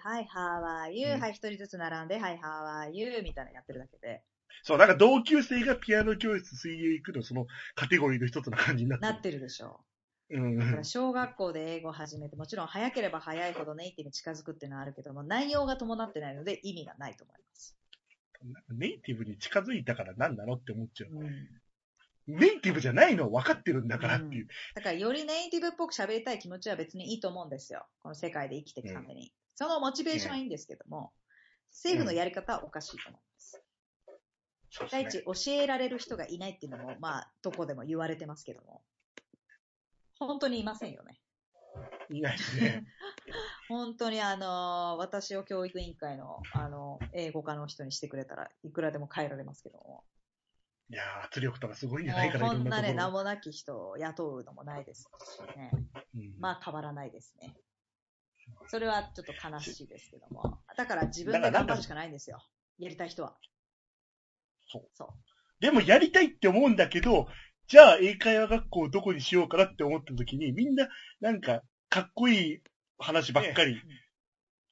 S2: はい、How are you?、
S1: うん
S2: はい、一人ずつ並んで、はい、How are you? みたいなのやってるだけで、
S1: そう、なんか同級生がピアノ教室、水泳行くの、そのカテゴリーの一つの感じになって
S2: な
S1: る
S2: ってるでしょ
S1: うんう
S2: う。だから
S1: ん。
S2: 小学校で英語を始めて、もちろん早ければ早いほどネイティブに近づくっていうのはあるけども、内容が伴ってないので意味がないと思います。
S1: ネイティブに近づいたから何なのって思っちゃう。
S2: うん、
S1: ネイティブじゃないのは分かってるんだからっていう。
S2: だからよりネイティブっぽく喋りたい気持ちは別にいいと思うんですよ。この世界で生きていくために。そのモチベーションはいいんですけども、政府のやり方はおかしいと思います。
S1: そうっす
S2: 第
S1: ね
S2: 一、教えられる人がいないっていうのも、まあ、どこでも言われてますけども。本当にいませんよね。
S1: いないですね。
S2: 本当にあのー、私を教育委員会の、あの、英語科の人にしてくれたらいくらでも変えられますけども。
S1: いやー、圧力とかすごいんじゃない
S2: も
S1: か
S2: う
S1: な、い
S2: こ
S1: ろん
S2: ん
S1: な
S2: な
S1: とこ
S2: ね、
S1: ろ。
S2: 名もなき人を雇うのもないですしね。
S1: うん
S2: まあ変わらないですね。それはちょっと悲しいですけども。だから自分で頑張るしかないんですよ。やりたい人は。
S1: そう。
S2: そう。
S1: でもやりたいって思うんだけど、じゃあ英会話学校どこにしようかなって思った時に、みんななんかかっこいい話ばっかり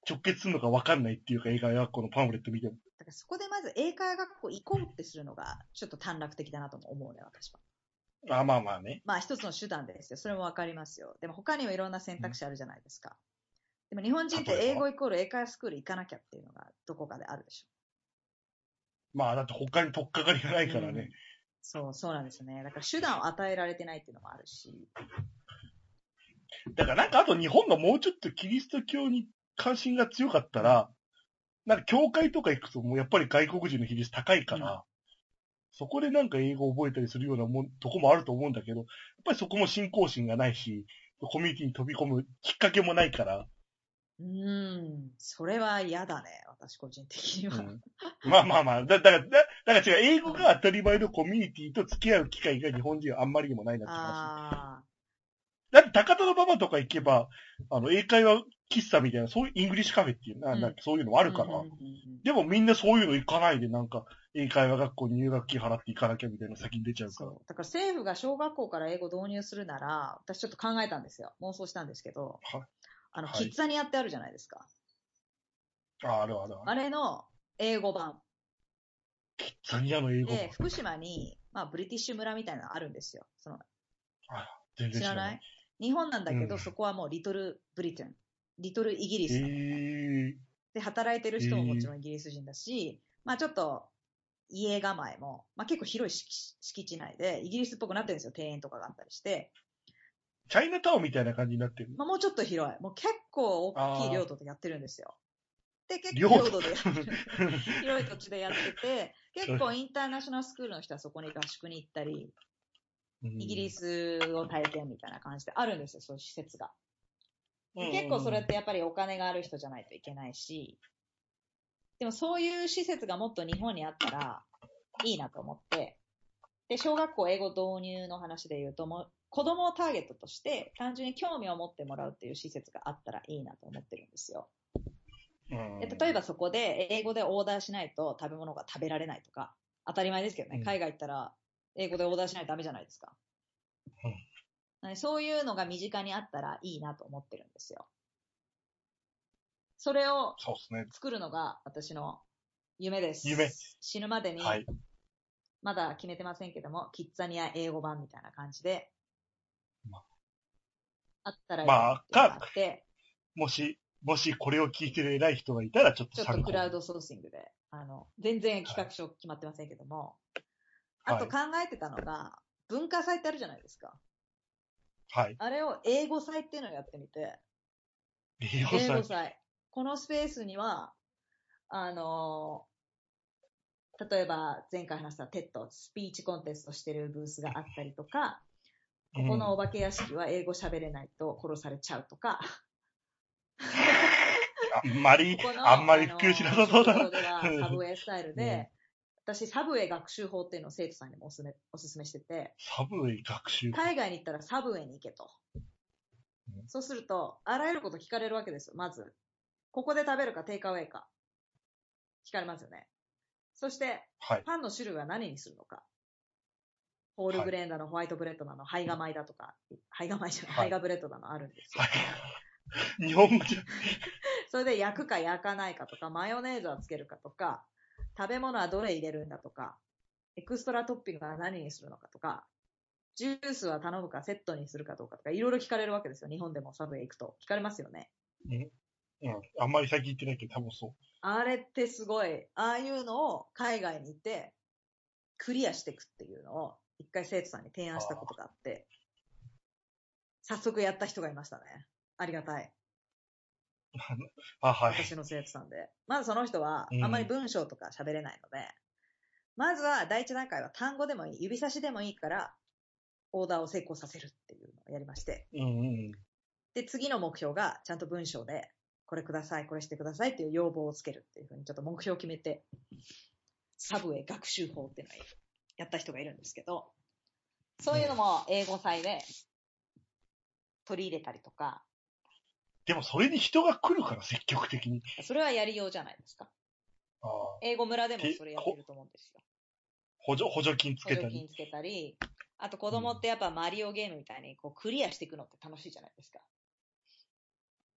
S1: 直結するのかわかんないっていうか、英会話学校のパンフレット見ても。
S2: だからそこでまず英会話学校行こうってするのが、ちょっと短絡的だなとも思うね、私は。
S1: あまあまあね。
S2: まあ一つの手段ですよ。それもわかりますよ。でも他にもいろんな選択肢あるじゃないですか。でも日本人って
S1: 例えば
S2: 英語イコール英会話スクール行かなきゃっていうのがどこかであるでしょ。
S1: まあだって他に取っかかりがないからね。
S2: そう、そうなんですよね。だから手段を与えられてないっていうのもあるし。
S1: だからなんかあと日本がもうちょっとキリスト教に関心が強かったら、なんか教会とか行くともうやっぱり外国人の比率高いから、
S2: う
S1: そこでなんか英語を覚えたりするようなもん、とこもあると思うんだけど、やっぱりそこも信仰心がないし、コミュニティに飛び込むきっかけもないから、
S2: うーん、それは嫌だね。私個人的には。
S1: まあまあまあ、だだから、だだから違う、英語が当たり前のコミュニティと付き合う機会が日本人はあんまりにもないなって話。
S2: ああ、
S1: だって高田馬場とか行けば、あの、英会話喫茶みたいな、そういうイングリッシュカフェっていうな、
S2: うん
S1: なんかそういうのもあ
S2: あ
S1: るから、
S2: うん
S1: でもみんなそういうの行かないで、なんか、英会話学校に入学金払って行かなきゃみたいな先に出ちゃうから。
S2: そう。だから政府が小学校から英語導入するなら、私ちょっと考えたんですよ。妄想したんですけど
S1: は、
S2: あの、
S1: はい
S2: キッザニアってあるじゃないですか。
S1: あ、あるあるある。
S2: あれの英語版。
S1: ザニアの英語
S2: で、福島に、まあ、ブリティッシュ村みたいなのあるんですよ。その、
S1: 全然
S2: 知
S1: 知ら
S2: らな
S1: ないい。
S2: 日本なんだけ
S1: う
S2: ど、
S1: ん
S2: そこはもうリトルブリテン。リトルイギリ
S1: え
S2: スなの。
S1: ー、
S2: で、働いてる人ももちろんイギリス人だし、まあちょっと、家構えも、まあ結構広い敷敷地内で、イギリスっぽくなってるんですよ。庭園とかがあったりして。
S1: チャイナタウンみたいな感じになってる。
S2: まあ、もうちょっと広い。もう結構大きい領土でやってるんですよ。で、結
S1: 領
S2: 構
S1: 土
S2: 領土でやってる。 広い土地でやってて、結構インターナショナルスクールの人はそこに合宿に行ったり、イ
S1: イ
S2: ギリ
S1: ス。
S2: スを体験みたいな感じであるんですよ、そういう施設が。で結構それってやっぱりお金がある人じゃないといけないし、でもそういう施設がもっと日本にあったらいいなと思って、で、小学校英語導入の話で言うと、もう子供をターゲットとして単純に興味を持ってもらうっていう施設があったらいいなと思ってるんですよ。
S1: うん、
S2: で例えばそこで英語でオーダーしないと食べ物が食べられないとか、当たり前ですけどね、
S1: うん
S2: 海外行ったら英語でオーダーしないとダメじゃないですか
S1: うん。
S2: なのでそういうのが身近にあったらいいなと思ってるんですよ。それを
S1: そうですね。
S2: 作るのが私の夢です。
S1: 夢
S2: 死ぬまでに、
S1: はい。
S2: まだ決めてませんけども、キッザニア英語版みたいな感じで
S1: ま、
S2: あったらいいなっていうのがあって、
S1: もし、もしこれを聞いてる偉い人がいたら、ちょっ
S2: ち
S1: と
S2: ょっと
S1: 参考
S2: ク
S1: に。
S2: ラウドソーシングで、あの、全然企画書決まってませんけども、あと考えてたのが、文化祭ってあるじゃないですか。
S1: はい。
S2: あれを英語祭っていうのをやってみて、
S1: 英語
S2: 英語
S1: さん。
S2: 祭。このスペースには、あのー例えば前回話したテッド、スピーチコンテストしてるブースがあったりとか、ここのお化け屋敷は英語喋れないと殺されちゃうとか、
S1: うんあんまり
S2: ここ、の
S1: あんまり普及しなさそうだ
S2: あ
S1: な
S2: の。ところでは
S1: うん
S2: サブウェイスタイルで、私、サブウェイ学習法っていうのを生徒さんにもおすすめおすすめしてて、
S1: サブウェイ学習。
S2: 海外に行ったらサブウェイに行けと
S1: う。
S2: そうすると、あらゆること聞かれるわけですよ、まず。ここで食べるか、テイクアウェイか。聞かれますよね。そして、
S1: はい。
S2: パンの種類は何にするのか。ホールグレーンだの、ホワイトブレッドなの、胚芽米だとか、胚芽米じゃない、
S1: はい
S2: 胚芽ブレッドなのあるんですよ。
S1: はい。日 本語じゃ、
S2: それで焼くか焼かないかとか、マヨネーズはつけるかとか、食べ物はどれ入れるんだとか、エクストラトッピングは何にするのかとか、ジュースは頼むかセットにするかどうかとか、いろいろ聞かれるわけですよ。日本でもサブへ行くと。聞かれますよね。
S1: うん。あんまり先言ってないけど、多分そ
S2: あれってすごい。ああいうのを海外に行って、クリアしていくっていうのを、一回生徒さんに提案したことがあって、早速やった人がいましたね。ありがたい。
S1: う。あ、はい。
S2: 私の生徒さんで。まずその人は
S1: う、ん
S2: あんまり文章とか喋れないので、まずは第一段階は単語でもいい、指差しでもいいから、オーダーを成功させるっていうのをやりまして、
S1: うんうん。
S2: で、次の目標が、ちゃんと文章で、これください、これしてくださいっていう要望をつけるっていうふうに、ちょっと目標を決めて、サブウェイ学習法っていうのをやった人がいるんですけど、そういうのも英語祭で取り入れたりとか、
S1: でもそれに人が来るから、積極的に。
S2: それはやりようじゃないですか。
S1: ああ。
S2: 英語村でもそれやってると思うんですよ。
S1: 補助、補助金つ
S2: 補
S1: け
S2: 助
S1: た
S2: 金
S1: り。
S2: つけたり、あと子供ってやっぱマリオゲームみたいにこうクリアしていくのって楽しいじゃないですか。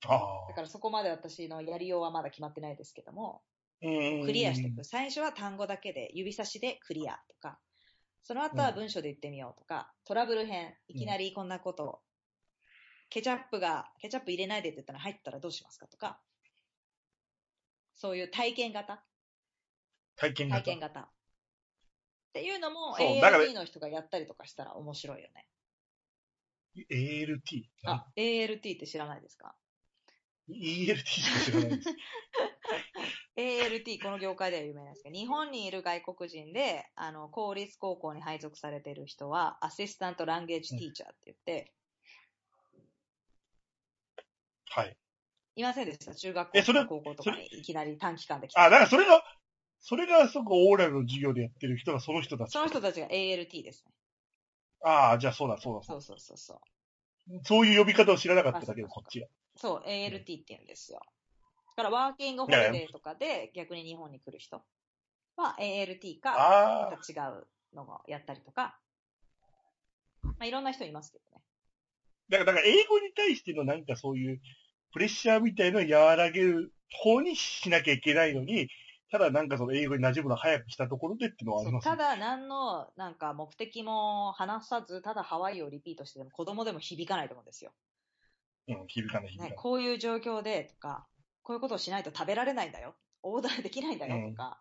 S1: ああ。
S2: だからそこまで私のやりようはまだ決まってないですけども、
S1: うんうん。
S2: クリアしていく。最初は単語だけで、指差しでクリアとか、その後は文章で言ってみようとか、トラブル編、いきなりこんなことを、ケチャップが、ケチャップ入れないでって言ったら入ったらどうしますかとか、そういう体験型
S1: 体験
S2: 体
S1: 型。
S2: 験型。っていうのも、
S1: そうだから
S2: ALT の人がやったりとかしたら面白いよね。
S1: ALT。
S2: あ、ALT って知らないですか
S1: ELT しか知らない です。
S2: ?ALT、この業界では有名なんですけど、日本にいる外国人で、あの、公立高校に配属されている人は、アシスタントランゲージティーチャーって言って、
S1: はい。
S2: いませんでした中学
S1: え
S2: 校
S1: そ
S2: と
S1: れ
S2: か高校とかにいきなり短期間で来
S1: あ、
S2: た。
S1: だからそれが、それがそこオーラルの授業でやってる人がその人たち
S2: そ。の人たちが ALT ですね。
S1: ああ、じゃあそうだ、そうだ、そ。
S2: そうそうそうそう
S1: そういう呼び方を知らなかっただけで、
S2: あ
S1: こっちが。
S2: う。そう、ALT って言うんですよ。だからワーキングホリデーとかで逆に日本に来る人は ALT か、ま
S1: あ
S2: た
S1: あ、
S2: 違うのをやったりとか、まあいろんな人いますけどね。
S1: だから、だから英語に対してのなんかそういうプレッシャーみたいのを和らげる方にしなきゃいけないのに、ただなんかその英語に馴染むの早くしたところでっていうのはあり
S2: そう
S1: ますね
S2: ただ何のなんか目的も話さず、ただハワイをリピートしてでも子供でも響かないと思うんですよ。
S1: うん、響かない、響か
S2: ね、
S1: ない。
S2: こういう状況でとか、こういうことをしないと食べられないんだよ。オーダーできないんだよとか、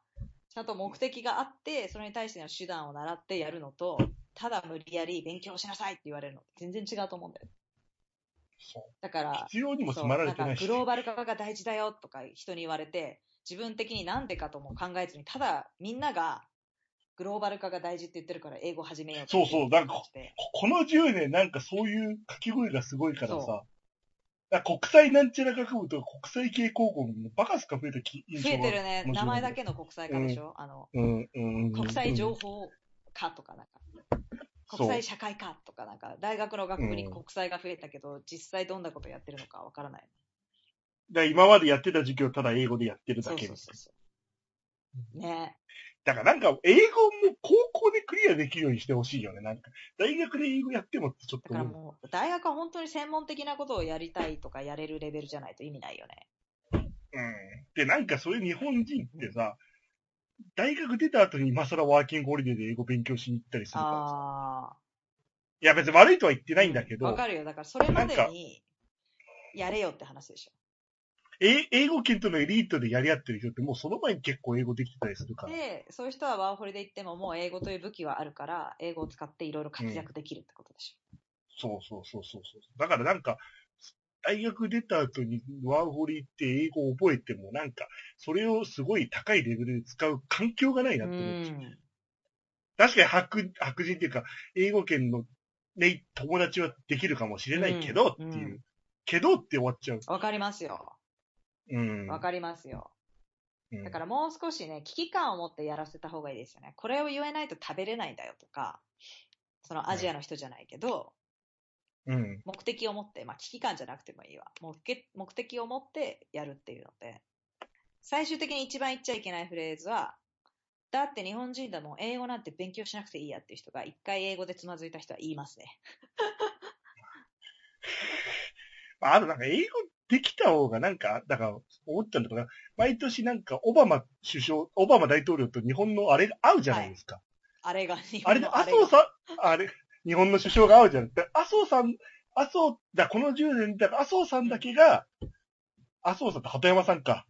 S2: ちゃんと目的があって、それに対しての手段を習ってやるのと、ただ無理やり勉強しなさいって言われるの、全然違うと思うんだよ。
S1: そ
S2: だか
S1: う。
S2: ら、
S1: 必要にも
S2: そ
S1: 迫ら
S2: うな
S1: れ
S2: ん
S1: てな
S2: か
S1: いし。
S2: グローバル化が大事だよとか人に言われて、自分的になんでかとも考えずに、ただみんながグローバル化が大事って言ってるから英語始めよう
S1: そうそうなんか
S2: て
S1: ここの10年なんかそういう書き声がすごいから
S2: そ
S1: さ、なんか国際なんちゃら学部とか国際系高校もバカすか増えた気印象
S2: 増えてる
S1: ね。
S2: ね。
S1: もちろ
S2: 名
S1: ん
S2: 前だけの国際化でしょ、あの、
S1: うん、うん。
S2: 国際
S1: 報。
S2: 情報化とかなんか、
S1: そう
S2: 国際社会化とかなんか、大学の学部に
S1: うん
S2: 国際が増えたけど、実際どんなことやってるのかわからない。
S1: だから今までやってた授業ただ英語でやってるだ
S2: そ
S1: け
S2: う
S1: みたい
S2: そ
S1: な
S2: うそうそう。ね
S1: だからなんか、英語も高校でクリアできるようにしてほしいよね。なんか、大学で英語やってもってちょっ
S2: だ
S1: と
S2: から
S1: 思う。
S2: もう、大学は本当に専門的なことをやりたいとかやれるレベルじゃないと意味ないよね。
S1: うん。で、なんかそういう日本人ってさ、大学出た後に今更ワーキングホリデーで英語勉強しに行ったりするからさ。
S2: ああ。
S1: いや、別に悪いとは言ってないんだけ
S2: わ
S1: ど、
S2: かるよ。だからそれまで
S1: なんか
S2: に、やれよって話でし
S1: え英語圏とのエリートでやり合ってる人ってもうその前に結構英語できてたりするか
S2: ょ。
S1: ら。
S2: で、そういう人はワーホリで行ってももう英語という武器はあるから、英語を使っていろいろ活躍できるってことでし
S1: そうそうそうそうそう。だからなんか、大学出た後にワーホリ行って英語を覚えてもなんか、それをすごい高いレベルで使う環境がないな
S2: ょ。う
S1: って思う。
S2: ん。
S1: 確かに白白人っていうか、英語圏の、ね、友達はできるかもしれないけどって
S2: うん
S1: いう。
S2: うん
S1: けどって終わっちゃう。
S2: わかりますよ。
S1: うん。
S2: わかりますよ。
S1: うん
S2: だからもう少しね、危機感を持ってやらせた方がいいですよね。これを言えないと食べれないんだよとか、そのアジアの人じゃないけど、
S1: うん。
S2: 目的を持って、まあ危機感じゃなくてもいいわ。目的目的を持ってやるっていうので、最終的に一番言っちゃいけないフレーズは、だって日本人だもん、英語なんて勉強しなくていいやっていう人が、一回英語でつまずいた人は言いますね。
S1: まあ、あとなんか英語できた方がなんか、だから思ったんだから、毎年なんかオバマ首相、オバマ大統領と日本のあれが合うじゃないですか。
S2: あれが日
S1: あ
S2: 本
S1: れ
S2: の
S1: で
S2: あ
S1: 麻
S2: れが
S1: 生さん、あれ、日本の首相が合うじゃなくて、麻生さん、麻生、だこの10年、だから麻生さんだけが、麻生さんと鳩山さんか、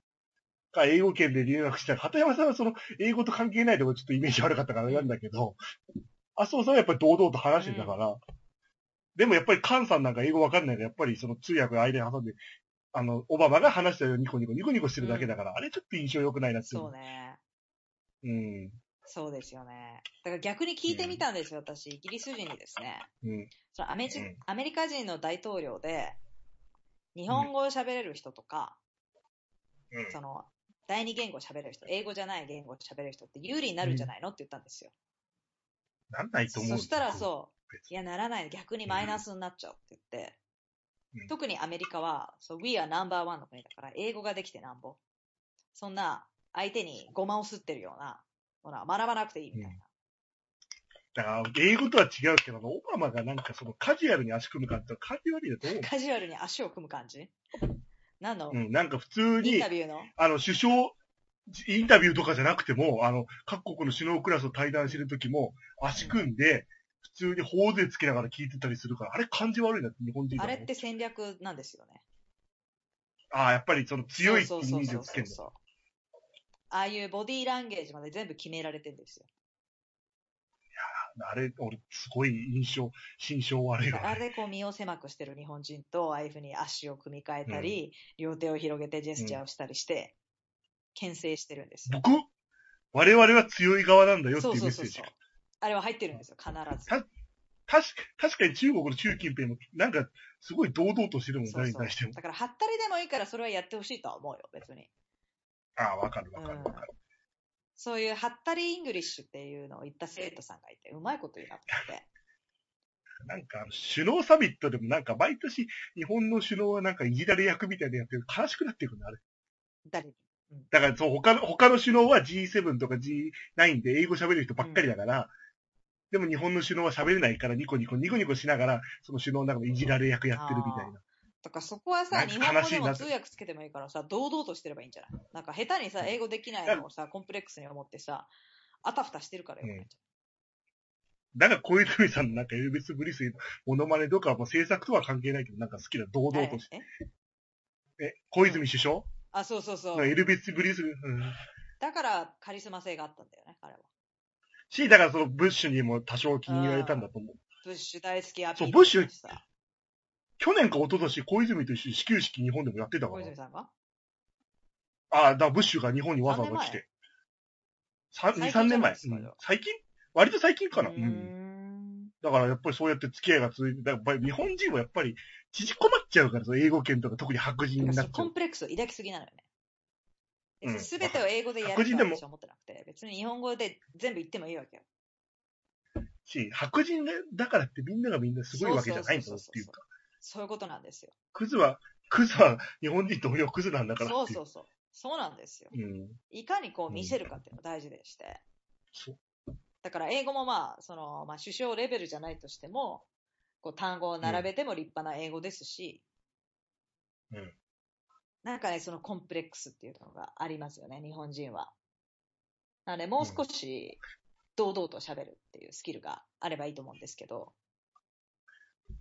S1: が英語圏で留学した鳩山さんはその英語と関係ないとこちょっとイメージ悪かったからあれなんだけど、麻生さんはやっぱり堂々と話してたから、でもやっぱり菅さんなんか英語わかんないから、やっぱりその通訳が間に挟んで、あの、オバマが話したようにニコニコニコニコしてるだけだから、あれちょっと印象良くないなって。
S2: そうね。
S1: うん。
S2: そうですよね。だから逆に聞いてみたんですよ、私。イギリス人にですね。
S1: うん。
S2: そのアメジ
S1: うん
S2: アメリカ人の大統領で、日本語を喋れる人とか、
S1: うん。
S2: その、第二言語を喋れる人、英語じゃない言語を喋れる人って有利になるんじゃないのって言ったんですよ。
S1: なんないと思う。
S2: そしたらそう
S1: 別、
S2: いや、ならない。逆にマイナスになっちゃうって言っ
S1: う
S2: て、
S1: ん
S2: 特にアメリカは、そう、we are number one の国だから、英語ができてなんぼ。そんな、相手にゴマを吸ってるような、ほら、学ばなくていいみたいな。
S1: だから、英語とは違うけど、オバマがなんかそのカジュアルに足組む感じはカジュアルだと思
S2: カジュアルに足を組む感じ何の、
S1: う。うん、なんか普通
S2: イン
S1: に
S2: タ、ビューの
S1: あの、首相、インタビューとかじゃなくても、あの、各国の首脳クラスを対談してる時も、足組んで、普通に頬杖つけながら聞いてたりするから、あれ感じ悪いなって日本人だ
S2: あ
S1: と
S2: れ
S1: 思う
S2: って戦略なんですよね。
S1: ああ、やっぱりその強いって
S2: そう
S1: イ
S2: そ
S1: メ
S2: う
S1: ージ
S2: そ
S1: を
S2: う
S1: つ
S2: そ
S1: け
S2: う
S1: るの。
S2: そう。ああいうボディーランゲージまで全部決められてるんですよ。
S1: あれ、俺、すごい印象、心象悪いわ
S2: あれでこう身を狭くしてる日本人と、ああいうふうに足を組み替えたり、両手を広げてジェスチャーをしたりして、牽制してるんですよ。
S1: 僕、我々は強い側なんだよって
S2: そ
S1: いうう
S2: そ
S1: メ
S2: う
S1: ッ
S2: そ
S1: セー
S2: う
S1: ジ
S2: そう。あれは入ってるんですよ、必ず。
S1: た確か確かに中国の習近平も、なんか、すごい堂々としてるもん、
S2: そう
S1: 誰に
S2: そう
S1: 対しても。
S2: だから、はったりでもいいから、それはやってほしいとは思うよ、別に。
S1: ああ、わかるわかるわかる。
S2: そういうハッタリイングリッシュっていうのを言った生徒さんがいて、うまいこと言うなと思って。
S1: なんか、首脳サミットでもなんか、毎年、日本の首脳はなんか、いじられ役みたいなやってる悲しくなっていくの、あれ。
S2: 誰に
S1: だから、そう、他の、他の首脳は G7 とか G9 で英語喋る人ばっかりだから、でも日本の首脳は喋れないから、ニコニコ、ニコニコしながら、その首脳の中でいじられ役やってるみたいな。
S2: とかそこはさ、
S1: なんか
S2: 日本語
S1: 悲し
S2: で
S1: いな
S2: も
S1: って
S2: 通訳つけてもいいからさ、堂々としてればいいんじゃないなんか下手にさ、英語できないのをさ、コンプレックスに思ってさ、あたふたしてるからよくないじ
S1: だから、小泉さんのなんか、エルビス・ブリスリーのモノマネとかはもう制作とは関係ないけど、なんか好きな、堂
S2: ゃん。
S1: 々とし
S2: 誰
S1: て。
S2: え
S1: え、小泉首相
S2: あ、そうそうそ
S1: エ
S2: う。
S1: ルビス・ブリスリー、うん。
S2: だからカリスマ性があったんだよね、彼は。
S1: し、だからそのブッシュにも多少気に入られたんだと思う。
S2: ブッシュ大好きアピ
S1: そ
S2: ー
S1: う
S2: ル
S1: ブッシュ
S2: だしさ
S1: 去年か一昨年、小泉と一緒に始球式日本でもやってたか
S2: 小
S1: ら。
S2: 泉さんが
S1: ああ、だからブッシュが日本にわざわざ来て。三
S2: 最
S1: 2、
S2: 近じゃ
S1: 3年
S2: な
S1: 前。
S2: いですかじゃあ
S1: うん最近割と最近かな。
S2: うー
S1: うん
S2: ん。
S1: だからやっぱりそうやって付き合いが続いて、だからやっぱり日本人はやっぱり縮こまっちゃうから、その英語圏とか特に白人になっちゃ
S2: コン
S1: う。
S2: プレックスを抱きすぎなのよ
S1: う
S2: ね。
S1: ん
S2: すべてを英語でやる
S1: 白人で
S2: とは
S1: も
S2: 私は思ってなくて、別に日本語で全部言ってもいいわけよ。
S1: し、白人がだからってみんながみんなすごいわけじゃないんだろうっていうか。
S2: そういうことなんですよ。
S1: クズは、クズは日本人同様クズなんだから
S2: そう
S1: っていう。
S2: そうそう。そうなんですよ。
S1: うん。
S2: いかにこう見せるかっていうのが大事でして。
S1: そう。
S2: だから英語もまあ、その、まあ首相レベルじゃないとしても、こう単語を並べても立派な英語ですし、
S1: うん
S2: なんかね、そのコンプレックスっていうのがありますよね、日本人は。なので、もう少し堂々と喋るっていうスキルがあればいいと思うんですけど、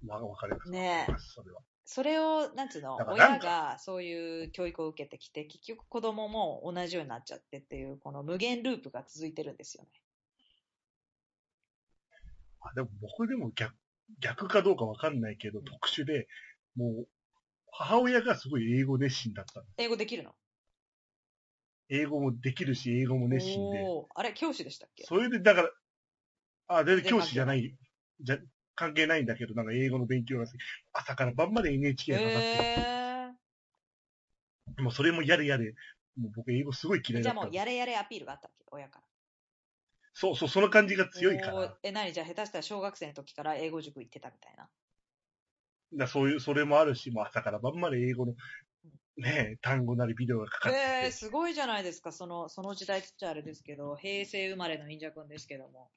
S1: まあ、わかります。
S2: ねえ
S1: それは。
S2: それを、なんつうの
S1: だ、からな
S2: 親
S1: んか
S2: がそういう教育を受けてきて、結局子供も同じようになっちゃってっていう、この無限ループが続いてるんですよね。
S1: あでも僕でも逆、逆かどうかわかんないけど、
S2: ん
S1: 特殊で、もう、母親がすごい英語熱心だったの。
S2: 英語できるの
S1: 英語もできるし、英語も熱心で。
S2: おーあれ、教師でしたっけ
S1: それで、だから、あ、全然
S2: 全然
S1: 教師じゃない、じゃ、関係ないんだけど、なんか英語の勉強が好き朝から晩まで NHK がかかって、
S2: へ
S1: もうそれもやれやれ、もう僕英語すごい
S2: え
S1: 嫌い
S2: じゃ
S1: だ
S2: あ
S1: った
S2: もう
S1: の。
S2: やれやれアピールがあったわけ、親から。
S1: そうそう、その感じが強いから、
S2: おー
S1: だか
S2: え、何じゃあ下手したら小学生の時から英語塾行ってたみたいな。
S1: らそういう、それもあるし、もう朝から晩まで英語の、ねえ、単語なりビデオがかかって
S2: えー、
S1: て、
S2: すごいじゃないですか、その、その時代って言っちゃあれですけど、平成生まれの忍者くんですけども。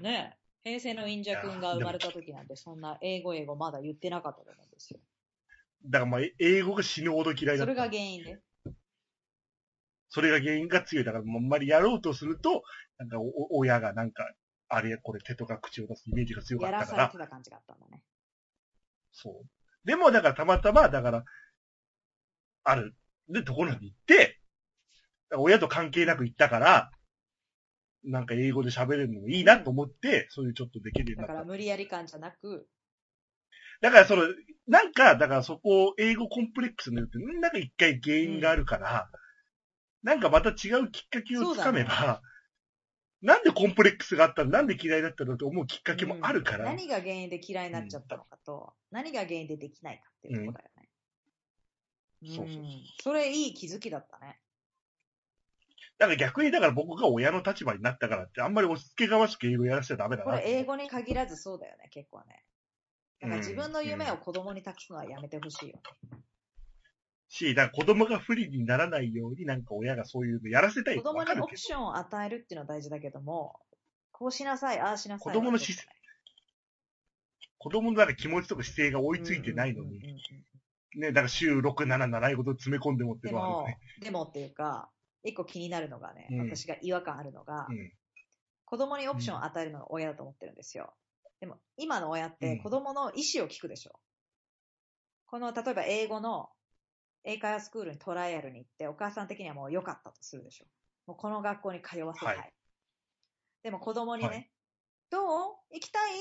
S2: ねえ、平成の忍者くんが生まれた時なんて、そんな英語英語まだ言ってなかったと思うんですよ。
S1: だからまあ、え英語が死ぬほど嫌いだ
S2: そ
S1: っ
S2: れ
S1: た
S2: が。原因で。
S1: それが原因が強い。だから、もうあんまりやろうとすると、なんかお、お親がなんか、あれやこれ手とか口を出すイメージが強か
S2: や
S1: っ
S2: ら
S1: たか
S2: され
S1: ら
S2: て、た感じがあったんだね。
S1: そう。でも、だからたまたま、だから、ある、で、ところに行って、親と関係なく行ったから、なんか英語で喋れるのもいいなと思って、そういうちょっとできるよう
S2: だ
S1: に
S2: か
S1: な
S2: ら
S1: った。
S2: 無理やり感じゃなく、
S1: だから、その、なんか、だからそこを英語コンプレックスによって、なんか一回原因があるから、なんかまた違うきっかけをつかめ
S2: そう
S1: ば、なんでコンプレックスがあったのなんで嫌いだったのって思うきっかけもあるから、
S2: 何が原因で嫌いになっちゃったのかと、何が原因でできないかっていうとこだよね。
S1: うんそうそうそうん
S2: それいい気づきだったね。
S1: だから逆にだから僕が親の立場になったからって、あんまり押し付けがましく英語やらせちゃダメだ
S2: こ
S1: な。
S2: れ英語に限らずそうだよね、結構ね。だから自分の夢
S1: う
S2: を
S1: ん
S2: 子供に託すのはやめてほしいよね。
S1: し、だから子供が不利にならないように、なんか親がそういうのやらせたい
S2: 子
S1: の
S2: 供
S1: わか
S2: に
S1: る
S2: オ
S1: け
S2: プ
S1: ど、
S2: ションを与えるっていうのは大事だけども、こうしなさい、ああしなさいは。
S1: 子供の姿勢子供のなんか気持ちとか姿勢が追いついてないの
S2: うん
S1: に
S2: う、んうんうん
S1: ね、だから週6、7、習い事詰め込んでもって
S2: で
S1: のはあるよ
S2: も
S1: ね。、
S2: でもっていうか、一個気になるのがね、
S1: うん
S2: 私が違和感あるのが、
S1: うん
S2: 子供にオプションを与えるのが親だと思ってるんですよ。でも、今の親って子供の意思を聞くでしょ。この、例えば英語の英会話スクールにトライアルに行って、お母さん的にはもう良かったとするでしょ。もうこの学校に通わせたい。
S1: はい
S2: でも子供にね、
S1: はい
S2: どう行きたい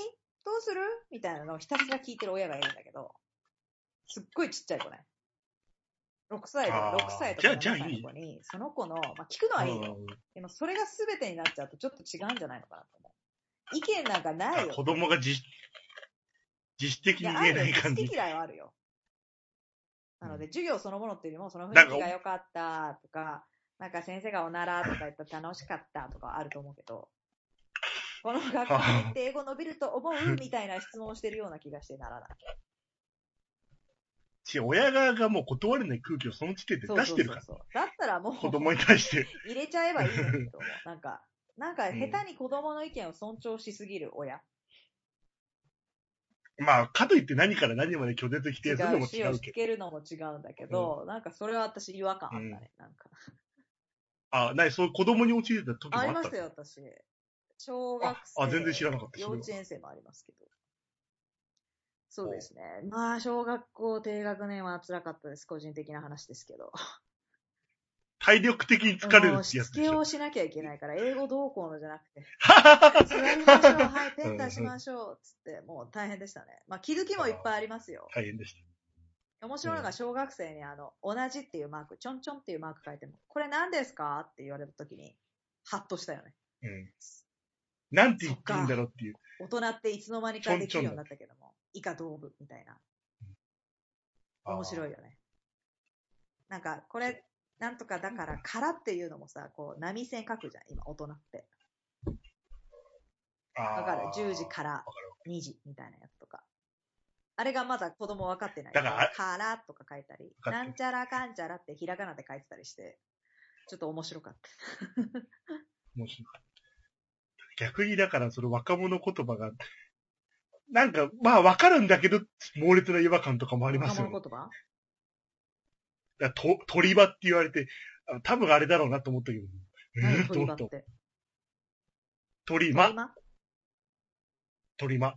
S2: どうするみたいなのをひたすら聞いてる親がいるんだけど、すっごいちっちゃい子ね。6歳とか
S1: あー
S2: 6歳と
S1: じ
S2: か
S1: ゃあ
S2: 7
S1: じゃあ
S2: 歳の子に、その子の、まあ、聞くのはいいよ。でもそれが全てになっちゃうとちょっと違うんじゃないのかなと思う。意見なんかない
S1: うん
S2: よ。
S1: 子供が自自主的
S2: い
S1: に
S2: や、あ
S1: 見え
S2: る
S1: ない
S2: よ。好
S1: 感
S2: き
S1: じ。
S2: 嫌いはあるよ。
S1: うん
S2: なので、授業そのものっていうよりも、その
S1: なん
S2: 雰囲
S1: か
S2: 気が良かったとか、なんか先生がおならとか言ったら楽しかったとかはあると思うけど、この学校に行って英語伸びると思うみたいな質問をしてるような気がしてならない。
S1: し親側がもう断れない空気をその時点で
S2: そ
S1: 出
S2: うそ
S1: して
S2: うそ
S1: るから
S2: う、そう。だったらもう、
S1: 子供に対して。
S2: 入れちゃえばいいのにと思う。なんか、なんか
S1: うん
S2: 下手に子供の意見を尊重しすぎる親。
S1: まあ、かといって何から何まで拒絶否
S2: 違
S1: 定するの
S2: う
S1: も
S2: し
S1: 違
S2: を
S1: う
S2: 聞
S1: けど。
S2: けるのも違うんだけど、なんかそれは私違和感あったね。なんか。
S1: あ、ない、そう、子供に陥れた時もあ
S2: あ
S1: っ
S2: り
S1: た
S2: ましたよ、私。小学生。
S1: ああ全然知らなかったそれ
S2: 幼
S1: は
S2: 稚園生もありますけど。そうですね。まあ、小学校低学年は辛かったです。個人的な話ですけど。
S1: 体力的に疲れる
S2: もう
S1: って
S2: し
S1: や
S2: つ
S1: つで
S2: け
S1: しょ。
S2: をしなきゃいけないから、英語どうこうのじゃ なくて、座りましょう、
S1: 大
S2: はい、ペンタしましょう、つって、もう大変でしたね。まあ、気づきもいっぱいありますよ。
S1: 変でした。
S2: 面白いのが小学生にあの、同じっていうマーク、ちょんちょんっていうマーク書いても、これ何ですかって言われた時に、ハッとしたよね。
S1: うん。なんて言っていいんだろうっていう。
S2: 大人っていつの間にかできるようになったけども、以下同部みたいな。面白
S1: い。
S2: いよね。なんか、これ、なんとかだから、からっていうのもさ、こう、波線書くじゃん、今、大人って。
S1: あ
S2: だ
S1: ー
S2: から、10時から2時みたいなやつとか。あれがまだ子供分かってない。
S1: だからあれ
S2: からとか書いたり、
S1: かってる
S2: なんちゃらかんちゃらってひらがなで書いてたりして、ちょっと面白かった。
S1: 面白い。逆にだから、その若者言葉が、なんか、まあわかるんだけど、猛烈な違和感とかもありますよね。
S2: 若者言葉
S1: だからと鳥場って言われて、あ多分あれだろうなと思ったけど、え
S2: 何
S1: ーと
S2: 鳥
S1: 思
S2: 羽
S1: っ。
S2: ったて。
S1: 鳥
S2: 鳥
S1: 間、
S2: 羽
S1: 鳥間。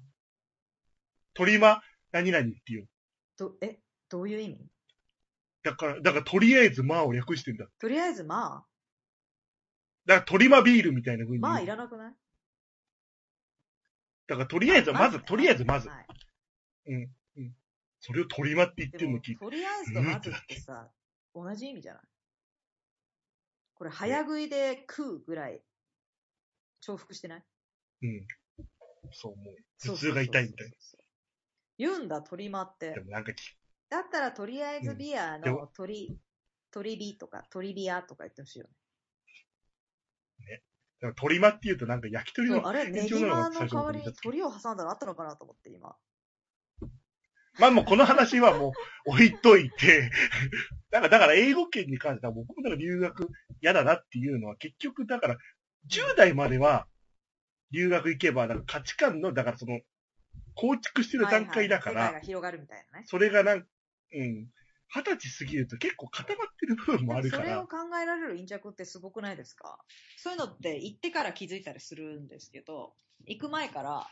S1: 鳥間、何々っていう。
S2: どえ、どういう意味
S1: だから、だからとりあえずまあを略してんだ。
S2: とりあえず、まあ、
S1: だから鳥間ビールみたいな風に言う。
S2: まあいらなくない
S1: だからとりあえず、まず、とりあえずまず。
S2: はい
S1: それを鳥間って言って
S2: で
S1: るの
S2: も、
S1: 聞いて。
S2: とりあえずとまずってさ、同じ意味じゃないこれ、早食いで食うぐらい、重複してない
S1: うん。そう思う。頭痛が痛いみたいな
S2: な。言うんだ、鳥間っ
S1: で
S2: て。
S1: もなんかき、
S2: だったら、とりあえずビア
S1: でも
S2: の鳥、鳥ビとか、鳥ビアとか言ってほしいよね。
S1: だから鳥間って言うとなんか焼き鳥
S2: そう
S1: の、
S2: あれ、ネ
S1: 延長
S2: ギ
S1: な
S2: マ
S1: の
S2: の代わり
S1: 最初の鳥だ
S2: に
S1: った
S2: 鳥を挟んだのあったのかなと思って、今。
S1: まあもうこの話はもう置いといて、 だから、だから英語圏に関しては僕もだから留学嫌だなっていうのは結局だから10代までは留学行けば、だから価値観の、だからその構築してる段階だから、
S2: はいはい世界が広がるみたいなね。
S1: それがなん、うん、二十歳過ぎると結構固まってる部分もあるか
S2: それ
S1: ら
S2: を、考えられる陰着ってすごくないですかそういうのって行ってから気づいたりするんですけど、行く前から、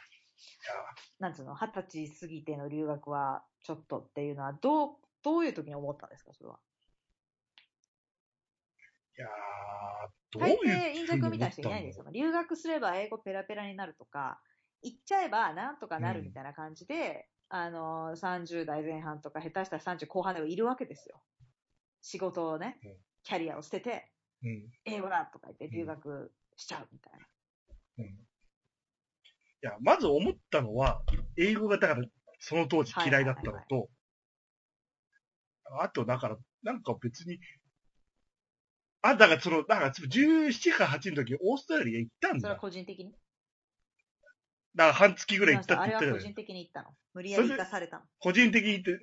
S2: なんつうの、二十歳過ぎての留学はちょっとっていうのは、どう、どういう時に思ったんですかそれは。
S1: いやー、どう
S2: 大
S1: いう
S2: 抵、陰着みたいな人いないんですよ。留学すれば英語ペラペラになるとか、行っちゃえばなんとかなるみたいな感じで、あの、30代前半とか、下手したら30後半でもいるわけですよ。仕事をね
S1: うん、
S2: キャリアを捨てて、
S1: うん
S2: 英語だとか言って留学しちゃうみたいな。
S1: いや、まず思ったのは、英語がだから、その当時嫌いだったのと、あと、だから、なんか別に、あ、だからその、だから17か8の時、オーストラリア行ったん
S2: そ
S1: だ。だ
S2: れは
S1: か
S2: 個人的に
S1: ら半月ぐらい行ったって言
S2: あれ
S1: ったじゃ
S2: は個
S1: ない
S2: 人的に行ったの。無理やり行かされたの。
S1: 個人的にって、い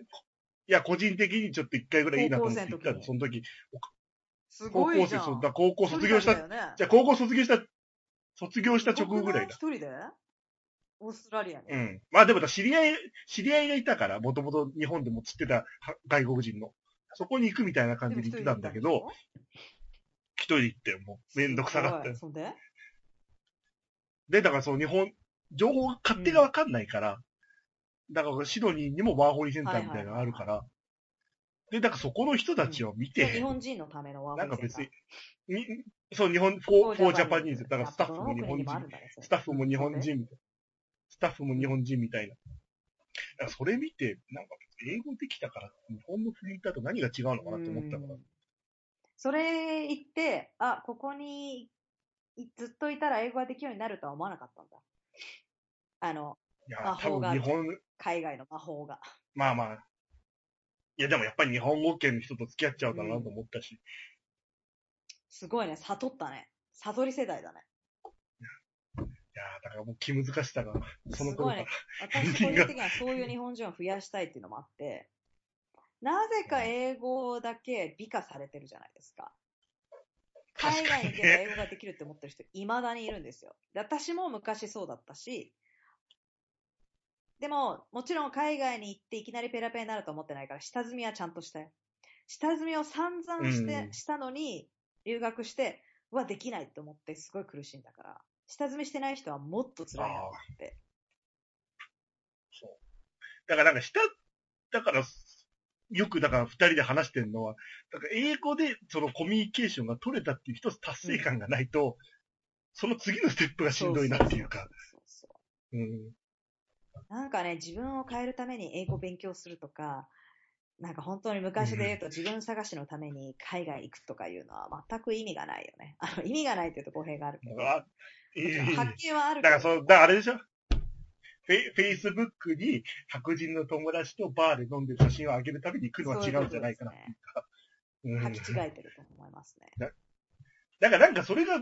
S1: や、個人的にちょっと一回ぐらいいいなと思って行ったの。
S2: 高校
S1: そ
S2: 生
S1: の時、
S2: す
S1: 高
S2: ごい
S1: 校
S2: じ
S1: 生、
S2: ゃん。
S1: そうだから高校卒業した、じ
S2: 一人だよね
S1: ゃあ高校卒業した、卒業した直後ぐらいだ
S2: 一。人でオーストラリアに。
S1: うん。まあでもだ、知り合い、知り合いがいたから、もともと日本でも釣ってたは外国人の。そこに行くみたいな感じで行ってたんだけ
S2: で
S1: ど
S2: も、
S1: 一人で行って、もう、めんどくさかっ
S2: す
S1: た
S2: ごい
S1: よ。
S2: そんで
S1: で、だからその日本、情報、勝手がわかんないから、だからシドニーにもワーホリセンターみたいなのがあるから、で、だからそこの人たちを見
S2: 日
S1: て、
S2: 本人のためのワー
S1: なん
S2: ホ
S1: か
S2: リセン
S1: 別
S2: ター
S1: に、にそう、日本、フォーフォージャパニーズ、だからスタッフも日本人、スタッフも日本。人みたいな。スタッフも日本人みたいな。だからそれ見て、なんか英語できたから、日本のフリーターと何が違うのかなって思ったから
S2: う。んそれ行って、あ、ここにいずっといたら英語ができるようになるとは思わなかったんだ。あの、
S1: いや
S2: 魔、
S1: 多
S2: 法
S1: 分
S2: があ
S1: 日
S2: る
S1: 本、
S2: 海外の魔法が。
S1: まあまあ。いや、でもやっぱり日本語圏の人と付き合っちゃうだろうなと思ったし、
S2: すごいね、悟ったね。悟り世代だね。
S1: いやーだからもう気難しさが、そ
S2: す
S1: の
S2: ご
S1: 頃
S2: い
S1: から
S2: ね。。私、個人的にはそういう日本人を増やしたいっていうのもあって、なぜか英語だけ美化されてるじゃないですか。海
S1: 確か
S2: 外
S1: に
S2: に行けば
S1: ね。
S2: 英語ができるって思ってる人、未だにいるんですよ。で私も昔そうだったし、でも、もちろん海外に行っていきなりペラペラになると思ってないから、下積みはちゃんとしたよ。下積みを散々して、
S1: うん
S2: したのに、留学して、うわ、できないと思って、すごい苦しいんだから、下積みしてない人はもっと辛いなと思って。
S1: だからなんか下、だから、よくだから二人で話してるのは、だから英語でそのコミュニケーションが取れたっていう一つ達成感がないと、その次のステップがしんどいなっていうか。
S2: そうそう
S1: うん。
S2: なんかね、自分を変えるために英語勉強するとか、なんか本当に昔で言うと自分探しのために海外行くとかいうのは全く意味がないよね。あの、意味がないって言うと語弊があるけど。
S1: あ、いいいいいい
S2: 発見はある
S1: だか
S2: け
S1: ら
S2: ど。
S1: その、だからあれでしょフェイフェイスブックに白人の友達とバーで飲んでる写真を上げるために行くのは違うんじゃないかな。うん
S2: そういうことですね。履き違えてると思いますね。
S1: だからなんかそれが、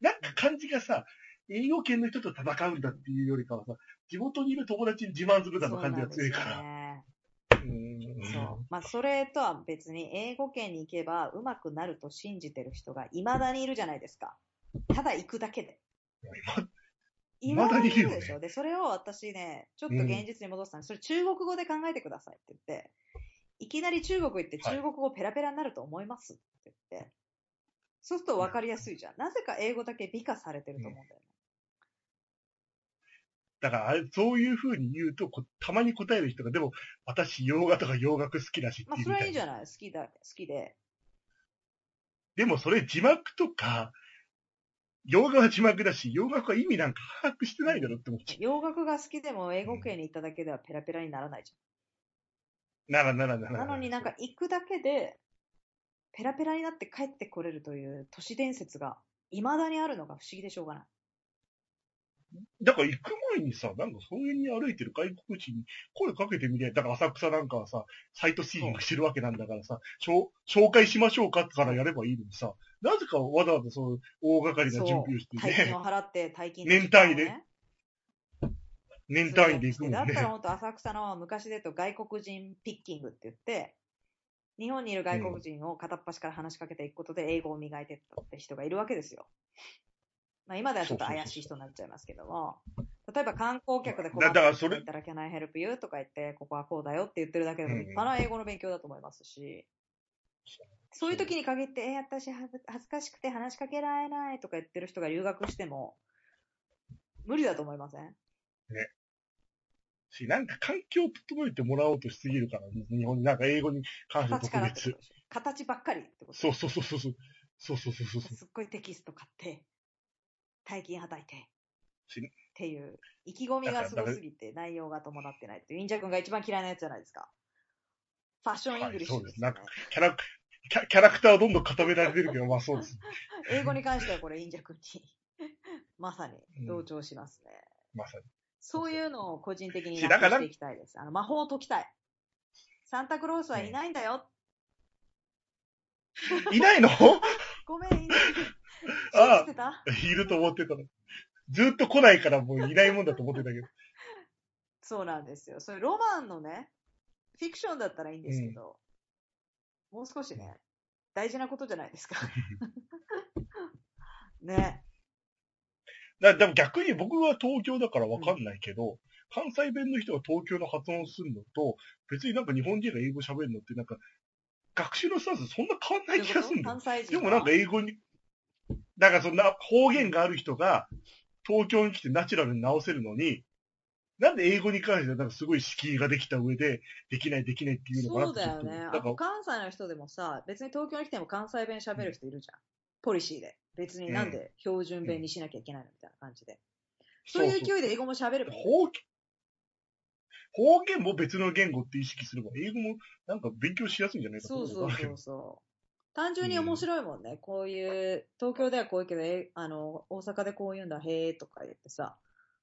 S1: なんか感じがさ、栄養圏の人と戦うんだっていうよりかはさ、地元にいる友達に自慢するだの感じが強いか
S2: そう
S1: ら。
S2: なん
S1: うん
S2: ですよね。そう。まあ、それとは別に、英語圏に行けば上手くなると信じてる人が未だにいるじゃないですか。ただ行くだけで。
S1: 未
S2: 未
S1: だ
S2: だ
S1: に
S2: に
S1: いる
S2: いる
S1: よね
S2: でしょ。で、それを私ね、ちょっと現実に戻したんです、それ中国語で考えてくださいって言って、いきなり中国行って
S1: はい
S2: 中国語ペラペラになると思いますって言って、そうすると分かりやすいじゃん。なぜか英語だけ美化されてると思うんだよね。
S1: だからあれ、そういう風に言うとこ、たまに答える人が、でも、私、洋画とか洋楽好きだしって
S2: まあ、
S1: いうみ
S2: それ
S1: た
S2: はいいい
S1: な
S2: じゃない。好きだ、好きで。
S1: でもそれ字幕とか、洋画は字幕だし、洋楽は意味なんか把握してないだろって思っちゃ
S2: 洋楽が好きでも英語圏に行っただけではペラペラにならないじ
S1: う。ならならな
S2: ゃん。
S1: ら。
S2: なのになんか、行くだけで、ペラペラになって帰ってこれるという都市伝説が未だにあるのが不思議でしょうがない。
S1: だから行く前にさ、なんかそういうに歩いてる外国人に声かけてみりゃ、だから浅草なんかはさ、サイトシーイングしてるわけなんだからさ、紹紹介しましょうかってからやればいいのにさ、なぜかわざわざそう、大掛かりな
S2: そう
S1: 準備をして
S2: 大金
S1: ね、
S2: を払って、大金
S1: 年単位で年単位で行くもん
S2: だったら
S1: ね。
S2: 本当浅草の昔で言うと外国人ピッキングって言って、日本にいる外国人を片っ端から話しかけていくことで英語を磨いてったって人がいるわけですよ。まあ今ではちょっと怪しい人になっちゃいますけども、例えば観光客で困
S1: だだ
S2: って
S1: から
S2: る
S1: そ
S2: 人
S1: れ
S2: がいたら Can I help you? とか言って、ここはこうだよって言ってるだけでも
S1: うん
S2: 立派な英語の勉強だと思いますし、そういう時に限って、えー、私はず恥ずかしくて話しかけられないとか言ってる人が留学しても、無理だと思いません
S1: し、なんか環境を整えてもらおうとしすぎるから、日本になんか英語に関して
S2: 形
S1: 特
S2: からってこ
S1: 別。
S2: とでしょ形ばっかりってこと
S1: そうそうそうそう。そうそうそうそうそう。
S2: すっごいテキスト買って、大金はたいて、
S1: し
S2: っていう、意気込みがすごすぎて内容が伴ってないっていう、インジャ君が一番嫌いなやつじゃないですか。ファッションイングリッシュですよね、
S1: はキャラクキャキャラクターをどんどん固められてるけど、まあそうです。
S2: 英語に関してはこれインジャ君に、まさに同調しますね。
S1: まさに。
S2: そういうのを個人的に
S1: し
S2: な
S1: だ
S2: く
S1: から
S2: していきたいです。あの、魔法を解きたい。サンタクロースはいないんだよ。
S1: いないの
S2: ごめん、インジャ君。
S1: ああ
S2: 信じてた
S1: いると思ってたの。ずっと来ないからもういないもんだと思ってたけど。
S2: そうなんですよ。それロマンのね、フィクションだったらいいんですけど、もう少しね、大事なことじゃないですか。 ね。
S1: だでも逆に僕は東京だからわかんないけど、関西弁の人が東京の発音するのと、別になんか日本人が英語喋るのってなんか、学習のスタンスそんな変わんない気がするんだよ。
S2: 関西人
S1: で
S2: は
S1: もなんか英語に、なんかそんな方言がある人が東京に来てナチュラルに直せるのに、なんで英語に関してはなんかすごい敷居ができた上で、できないできないっていうのかな
S2: そう
S1: ってち
S2: だ
S1: ょっ
S2: よ
S1: と。
S2: ね。
S1: な
S2: あ
S1: んか
S2: と関西の人でもさ、別に東京に来ても関西弁喋る人いるじゃん。ポリシーで。別になんで標準弁にしなきゃいけないのみたいな感じで。そういう勢いで英語も喋ればいい。
S1: 方言、方言も別の言語って意識すれば、英語もなんか勉強しやすいんじゃないかと
S2: そ
S1: 思
S2: うそうそうそう。 単純に面白いもんね。こういう、東京ではこういうけど、えあの、大阪でこういうんだ、へえとか言ってさ、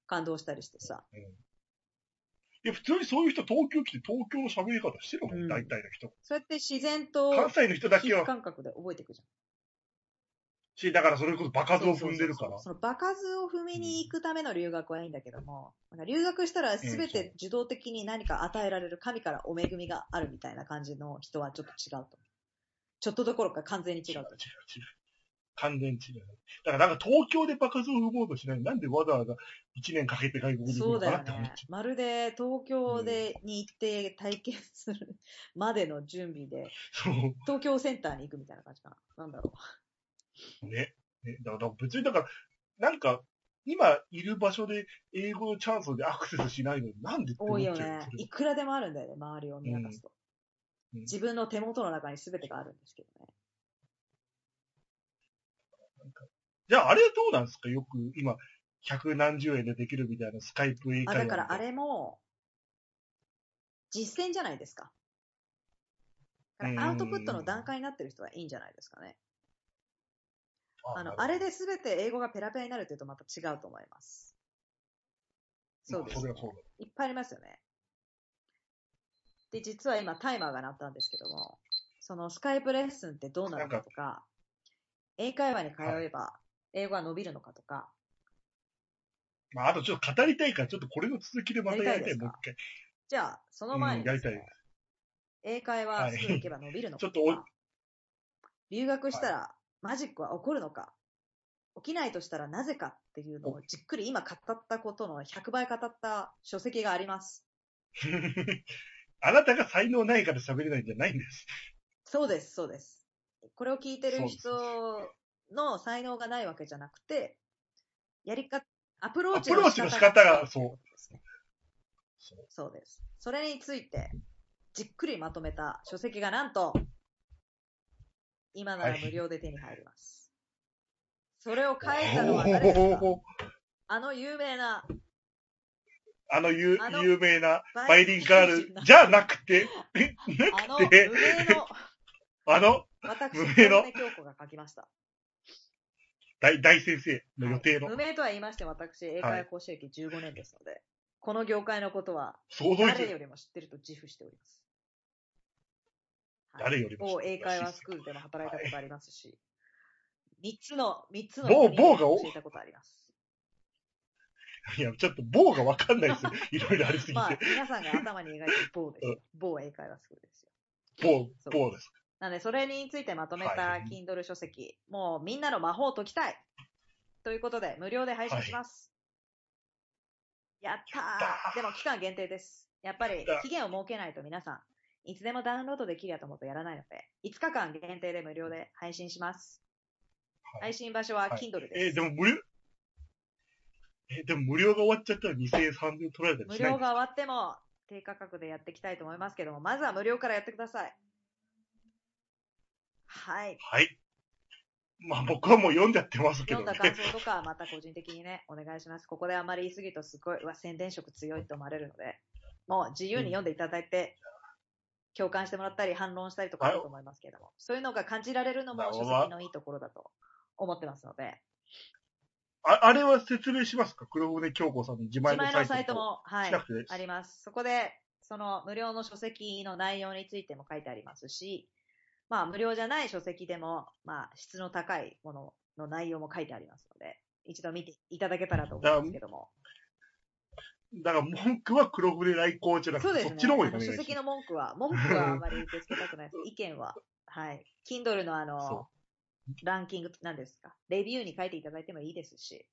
S2: 感動したりしてさ。
S1: いや、普通にそういう人東京来て東京の喋り方してるもん、
S2: うん
S1: 大体の人。
S2: そうやって自然と、
S1: 関西の人だけは、
S2: 感覚で覚えていくじ
S1: し、だからそれこそ場
S2: ゃん。
S1: 数を踏んでるから
S2: そうそうそう。その場数を踏みに行くための留学はいいんだけども、なんか留学したら全て受動的に何か与えられる神からお恵みがあるみたいな感じの人はちょっと違うと。ちょっとどころか完全に違う
S1: 違う違う違
S2: と
S1: う。。完全に違う。だからなんか東京で場数を踏もうとしない。なんでわざわざ1年かけて外国に行く
S2: そ
S1: の
S2: う
S1: か
S2: だ
S1: な
S2: よ
S1: って思っ
S2: ね
S1: ち。
S2: まるで東京で、に行って体験する までの準備で、
S1: ゃう。そう。
S2: 東京センターに行くみたいな感じかな。なんだろ
S1: ね。ねだから別に、だから、なんか、今いる場所で英語のチャンスでアクセスしないのになんでって
S2: う。
S1: 思
S2: 多
S1: っ
S2: い
S1: ちゃ
S2: よ
S1: う
S2: ね
S1: そ。れ
S2: いくらでもあるんだよね、周りを見渡すと。
S1: うん
S2: 自分の手元の中に全てがあるんですけどね。
S1: じゃあ、あれはどうなんですかよく今、百何十円でできるみたいなスカイプ英
S2: あ、
S1: 会話。
S2: だからあれも、実践じゃないですか。だからアウトプットの段階になってる人はいいんじゃないですかね。あの、あれで全て英語がペラペラになるっていうとまた違うと思います。そうです
S1: まあそ。れはそうだ。
S2: いっぱいありますよね。で、実は今タイマーが鳴ったんですけども、そのスカイプレッスンってどうなのかとか、英会話に通えば英語が伸びるのかとか、
S1: まあ、あとちょっと語りたいから、ちょっとこれの続きでまたやりた
S2: や
S1: い、
S2: りたいですか
S1: もう一回。
S2: じゃあ、その前にですね、
S1: うんやり
S2: 英会話すぐ行けば伸びるのかとか、
S1: はい ちょっ
S2: 留学したらマジックは起こるのか、起きないとしたらなぜかっていうのをじっくり今語ったことの100倍語った書籍があります。
S1: あなたが才能ないから喋れないんじゃないんです。
S2: そうです、そうです。これを聞いて
S1: そう
S2: る
S1: です
S2: 人の才能がないわけじゃなくて、やり方、アプロー
S1: ア
S2: チ
S1: プローチの仕方が、そう。そう
S2: そうです。それについて、じっくりまとめた書籍がなんと、今なら無料で手に入ります。それを変えたのは誰ですか
S1: おー
S2: あの有名な
S1: あの有
S2: あの
S1: 有名な
S2: バ
S1: バイリンガールじゃなくて、
S2: あの
S1: な
S2: 無
S1: くて
S2: 名の
S1: あの
S2: 私、
S1: 無名
S2: 小
S1: の
S2: 根京子が書きました。
S1: 大大先生の予定の、
S2: 無名とは言いましても、私、英会話講師歴15年ですので、この業界のことは、
S1: 想像
S2: 誰
S1: 力、
S2: よりも知ってると自負しております。
S1: 誰よりも知っ
S2: 某
S1: て
S2: 英
S1: るらしい
S2: 会
S1: で
S2: 話
S1: す
S2: スクールでも働いたことありますし、三つの、三つの
S1: 某
S2: 国を
S1: 某が多
S2: 教えたことあります。
S1: いや、ちょっと棒がわかんないですよ。いろいろありすぎて。
S2: まあ、皆さんが頭に描いてる某ですよ。某英会話スクールですよ。
S1: 棒
S2: そ、う
S1: 棒です。
S2: なので、それについてまとめ
S1: は
S2: た
S1: い
S2: Kindle 書籍、もうみんなの魔法を解きたいということで、無料で配信します。やったー
S1: やったー
S2: でも期間限定です。やっぱり
S1: った
S2: 期限を設けないと皆さん、いつでもダウンロードできるやと思うとやらないので、5日間限定で無料で配信します。
S1: はい
S2: 配信場所は
S1: はい
S2: Kindle です。
S1: えーでも無料、えーでも無料が終わっちゃったら2000円、3000円取られたり
S2: 無
S1: しない
S2: 料
S1: んです
S2: が終わっても低価格でやっていきたいと思いますけども、まずは無料からやってください。はい。
S1: はい。まあ僕はもう読んじゃってますけど
S2: 読ん
S1: ね
S2: だ。感想とか、また個人的にね、お願いします。ここであまり言い過ぎると、すごい、うわ、宣伝色強いと思われるので、もう自由に読んでいただいて、共感してもらったり、反論したりとかあると思いますけれども、そういうのが感じられるのも
S1: なる
S2: 書
S1: ほど
S2: 籍のいいところだと思ってますので、
S1: ああれは説明しますか黒船京子さんの自前
S2: 自
S1: の
S2: 前
S1: サ
S2: の
S1: イト
S2: サイトも、は
S1: し
S2: い
S1: な、くてね、
S2: あります。そこで、その無料の書籍の内容についても書いてありますし、まあ無料じゃない書籍でも、まあ質の高いものの内容も書いてありますので、一度見ていただけたらと思うんですけども。
S1: だから文句は黒船来航じゃな
S2: そう
S1: くて、
S2: です
S1: そ
S2: ね。
S1: っちの方にお
S2: あの
S1: 願いし
S2: 書
S1: ます。
S2: 籍の文句は、文句はあまり受け付けた くないです。意見は。はい。Kindle のあの
S1: そ、
S2: ランキング、なんですか。レビューに書いていただいてもいいですし、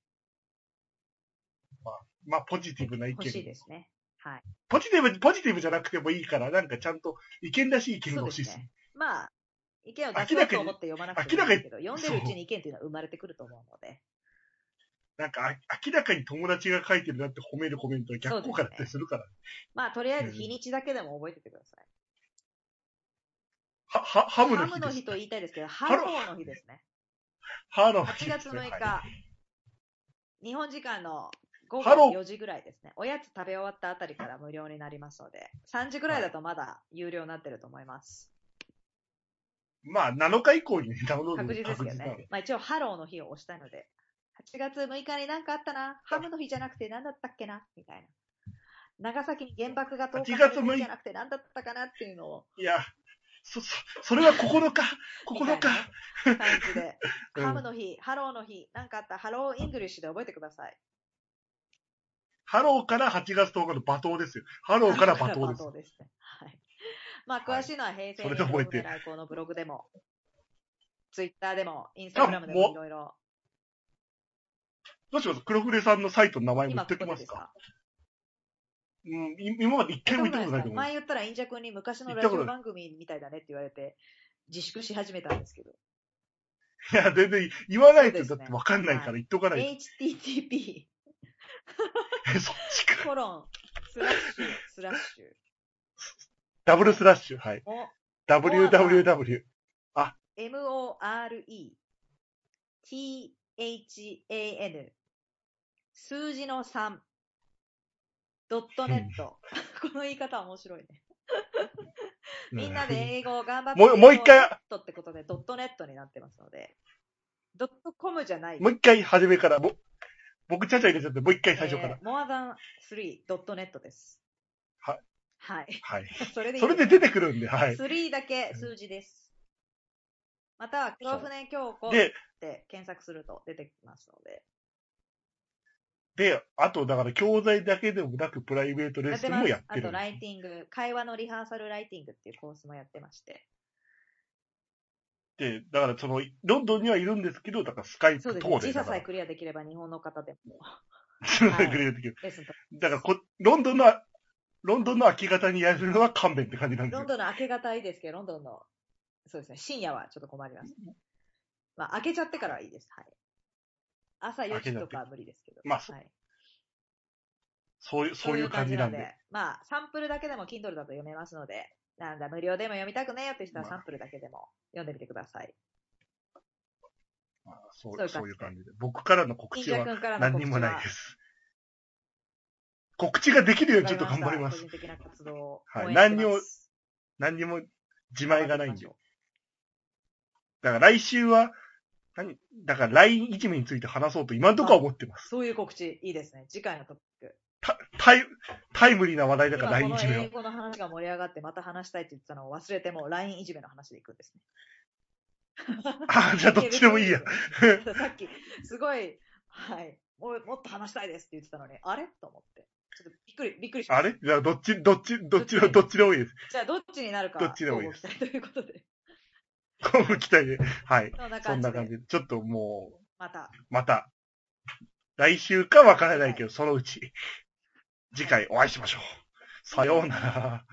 S1: まあポジティブな意
S2: 欲しい
S1: 見。
S2: ですね。はい。
S1: ポジティブ、ポジティブじゃなくてもいいから、なんかちゃんと意見らしい意見が
S2: そうで
S1: 欲し
S2: す
S1: いです。
S2: ね。まあ、意見を出そうと思って読まなくて
S1: 明
S2: も
S1: ら
S2: いい
S1: か
S2: です
S1: に
S2: けど、読んでるうちに意見というのは生まれてくると思うので。
S1: なんかあ明らかに友達が書いてるなって褒めるコメントは逆効果だったりするから。
S2: まあ、とりあえず日にちだけでも覚えててください。
S1: は、は、ハム
S2: ハ
S1: の
S2: ム
S1: 日
S2: の
S1: です
S2: 日。と言いたいですけど、ハローの日ですね。
S1: ハローの日
S2: 8
S1: です
S2: 月
S1: ね。
S2: 6日、
S1: は
S2: 日本時間の午後
S1: ハロー
S2: 4時ぐらいですね。おやつ食べ終わったあたりから無料になりますので、3時ぐらいだとまだ有料になってると思います。
S1: いまあ、7日以降にねダウンロード
S2: 確実ですけど
S1: なの
S2: ね。まあ一応ハローの日を押したいので、8月6日になんかあったな、ハムの日じゃなくて何だったっけな、みたいな。長崎に原爆が投下された日じゃなくて何だったかなっていうのを、
S1: いや、そ、そ、それは9日、
S2: み
S1: 9
S2: たいな
S1: 日
S2: ね。感じで、
S1: うん
S2: ハムの日、ハローの日、なんかあった、ハローイングリッシュで覚えてください。
S1: ハローから8月10日の罵倒ですよ。ハローから罵倒
S2: 罵
S1: です。
S2: 倒ですね。はい。まあ、詳しいのは平成
S1: それで覚えて
S2: 来校のブログでも、ツイッターでも、インスタグラムで
S1: あも
S2: も
S1: う
S2: いろいろ、
S1: どうします黒船さんのサイトの名前も言
S2: 今
S1: って
S2: こ
S1: おき
S2: こ
S1: ま
S2: ですです
S1: か
S2: か
S1: うん、い今まで一回も行ったことないと思う。
S2: 前言ったら、インジャ君に昔のラジオ番組みたいだねって言われて、自粛し始めたんですけど、
S1: いや、全然言わない
S2: そう
S1: と
S2: です
S1: だ
S2: ね
S1: ってわかんないから
S2: は
S1: 言っとかない
S2: http
S1: と。 そっちか。
S2: コロンスラッシュスラッシュ
S1: ダブルスラッシュ、はい。
S2: を
S1: www。
S2: m-o-r-e-t-h-a-n 数字の3ドットネット。 この言い方は面白いね。みんなで英語を頑張って。
S1: もうもう一回
S2: ドットってことで、ドットネットになってますので。ドットコムじゃない。
S1: もう一回初めから、も僕ちゃちゃ入れちゃって、もう一回最初から。
S2: えー more than 3.net です。
S1: はい。
S2: はい。
S1: はい。
S2: それでいい
S1: それで出てくるんで、はい。
S2: 3だけ数字です。または、黒船京子っ
S1: で、
S2: て検索すると出てきますので。
S1: で、あと、だから教材だけでもなく、プライベートレッ
S2: やっ
S1: ス
S2: て
S1: ン
S2: ま
S1: も
S2: す
S1: やって
S2: あ
S1: る
S2: と、
S1: んで
S2: ライティング、会話のリハーサルライティングっていうコースもやってまして。
S1: で、だからその、ロンドンにはいるんですけど、だからスカイ
S2: そ
S1: プ
S2: うです
S1: 等
S2: ね。
S1: で、
S2: 時
S1: だ
S2: 差
S1: か
S2: さ
S1: ら
S2: え、クリアできれば日本の方でも。
S1: 時差
S2: は
S1: さ
S2: い
S1: えくれるとき
S2: レッスンと
S1: だからこ、ロンドンの、ロンドンの明け方にやるのは勘弁って感じなんです
S2: ロン
S1: よ。
S2: ドンの明け方はいいですけど、ロンドンの、そうですね、深夜はちょっと困りますね。まあ、明けちゃってからはいいです。はい。朝4時とかは無理ですけど。
S1: まあそ
S2: はい、
S1: そういう、そういう感じなんで。
S2: まあ、サンプルだけでも Kindle だと読めますので、なんだ、無料でも読みたくねえよって人は
S1: まあ
S2: サンプルだけでも読んでみてください。
S1: まあそ
S2: そういう感
S1: う
S2: じ
S1: そういう感じで。僕からの告
S2: 金
S1: 知
S2: 者
S1: は
S2: 君からの
S1: 何
S2: 告
S1: に
S2: 知
S1: も
S2: は
S1: ないです。告知ができるようにちょっと頑張りま
S2: 個
S1: す
S2: 人。的な活動を
S1: はい
S2: 応援してます。
S1: 何を何にも自前がないんで。だから来週は、何だから LINE いじめについて話そうと今のところは思ってます。
S2: そういう告知、いいですね。次回のトピック。
S1: タタイタイムリーな話題だ
S2: 今
S1: か
S2: こ
S1: ら
S2: の
S1: LINE いじめは
S2: 英。語の話が盛り上がって、また話したいって言ってたのを忘れても、LINE いじめの話でいくんですね。
S1: ああ、じゃあどっちでもいいや。
S2: や別に さっき、すごい、はい、もうもっと話したいですって言ってたのに、あれと思って。ちょっとびっくり、びっくりしま
S1: あ
S2: した。
S1: れじゃあどっち、どっち、どっち
S2: どっちでもい
S1: の、どっちでもい
S2: い
S1: いです。
S2: じゃあ、どっちになるか、
S1: どっちでもいい
S2: 交
S1: で
S2: 互期待ということで。
S1: 今後期待で。はい。
S2: そんな
S1: そん
S2: 感じ
S1: な
S2: で
S1: 感じ、で。ちょっともう、
S2: また、
S1: また、来週かわからないけど、そのうち、次回お会いしましょう。さようなら。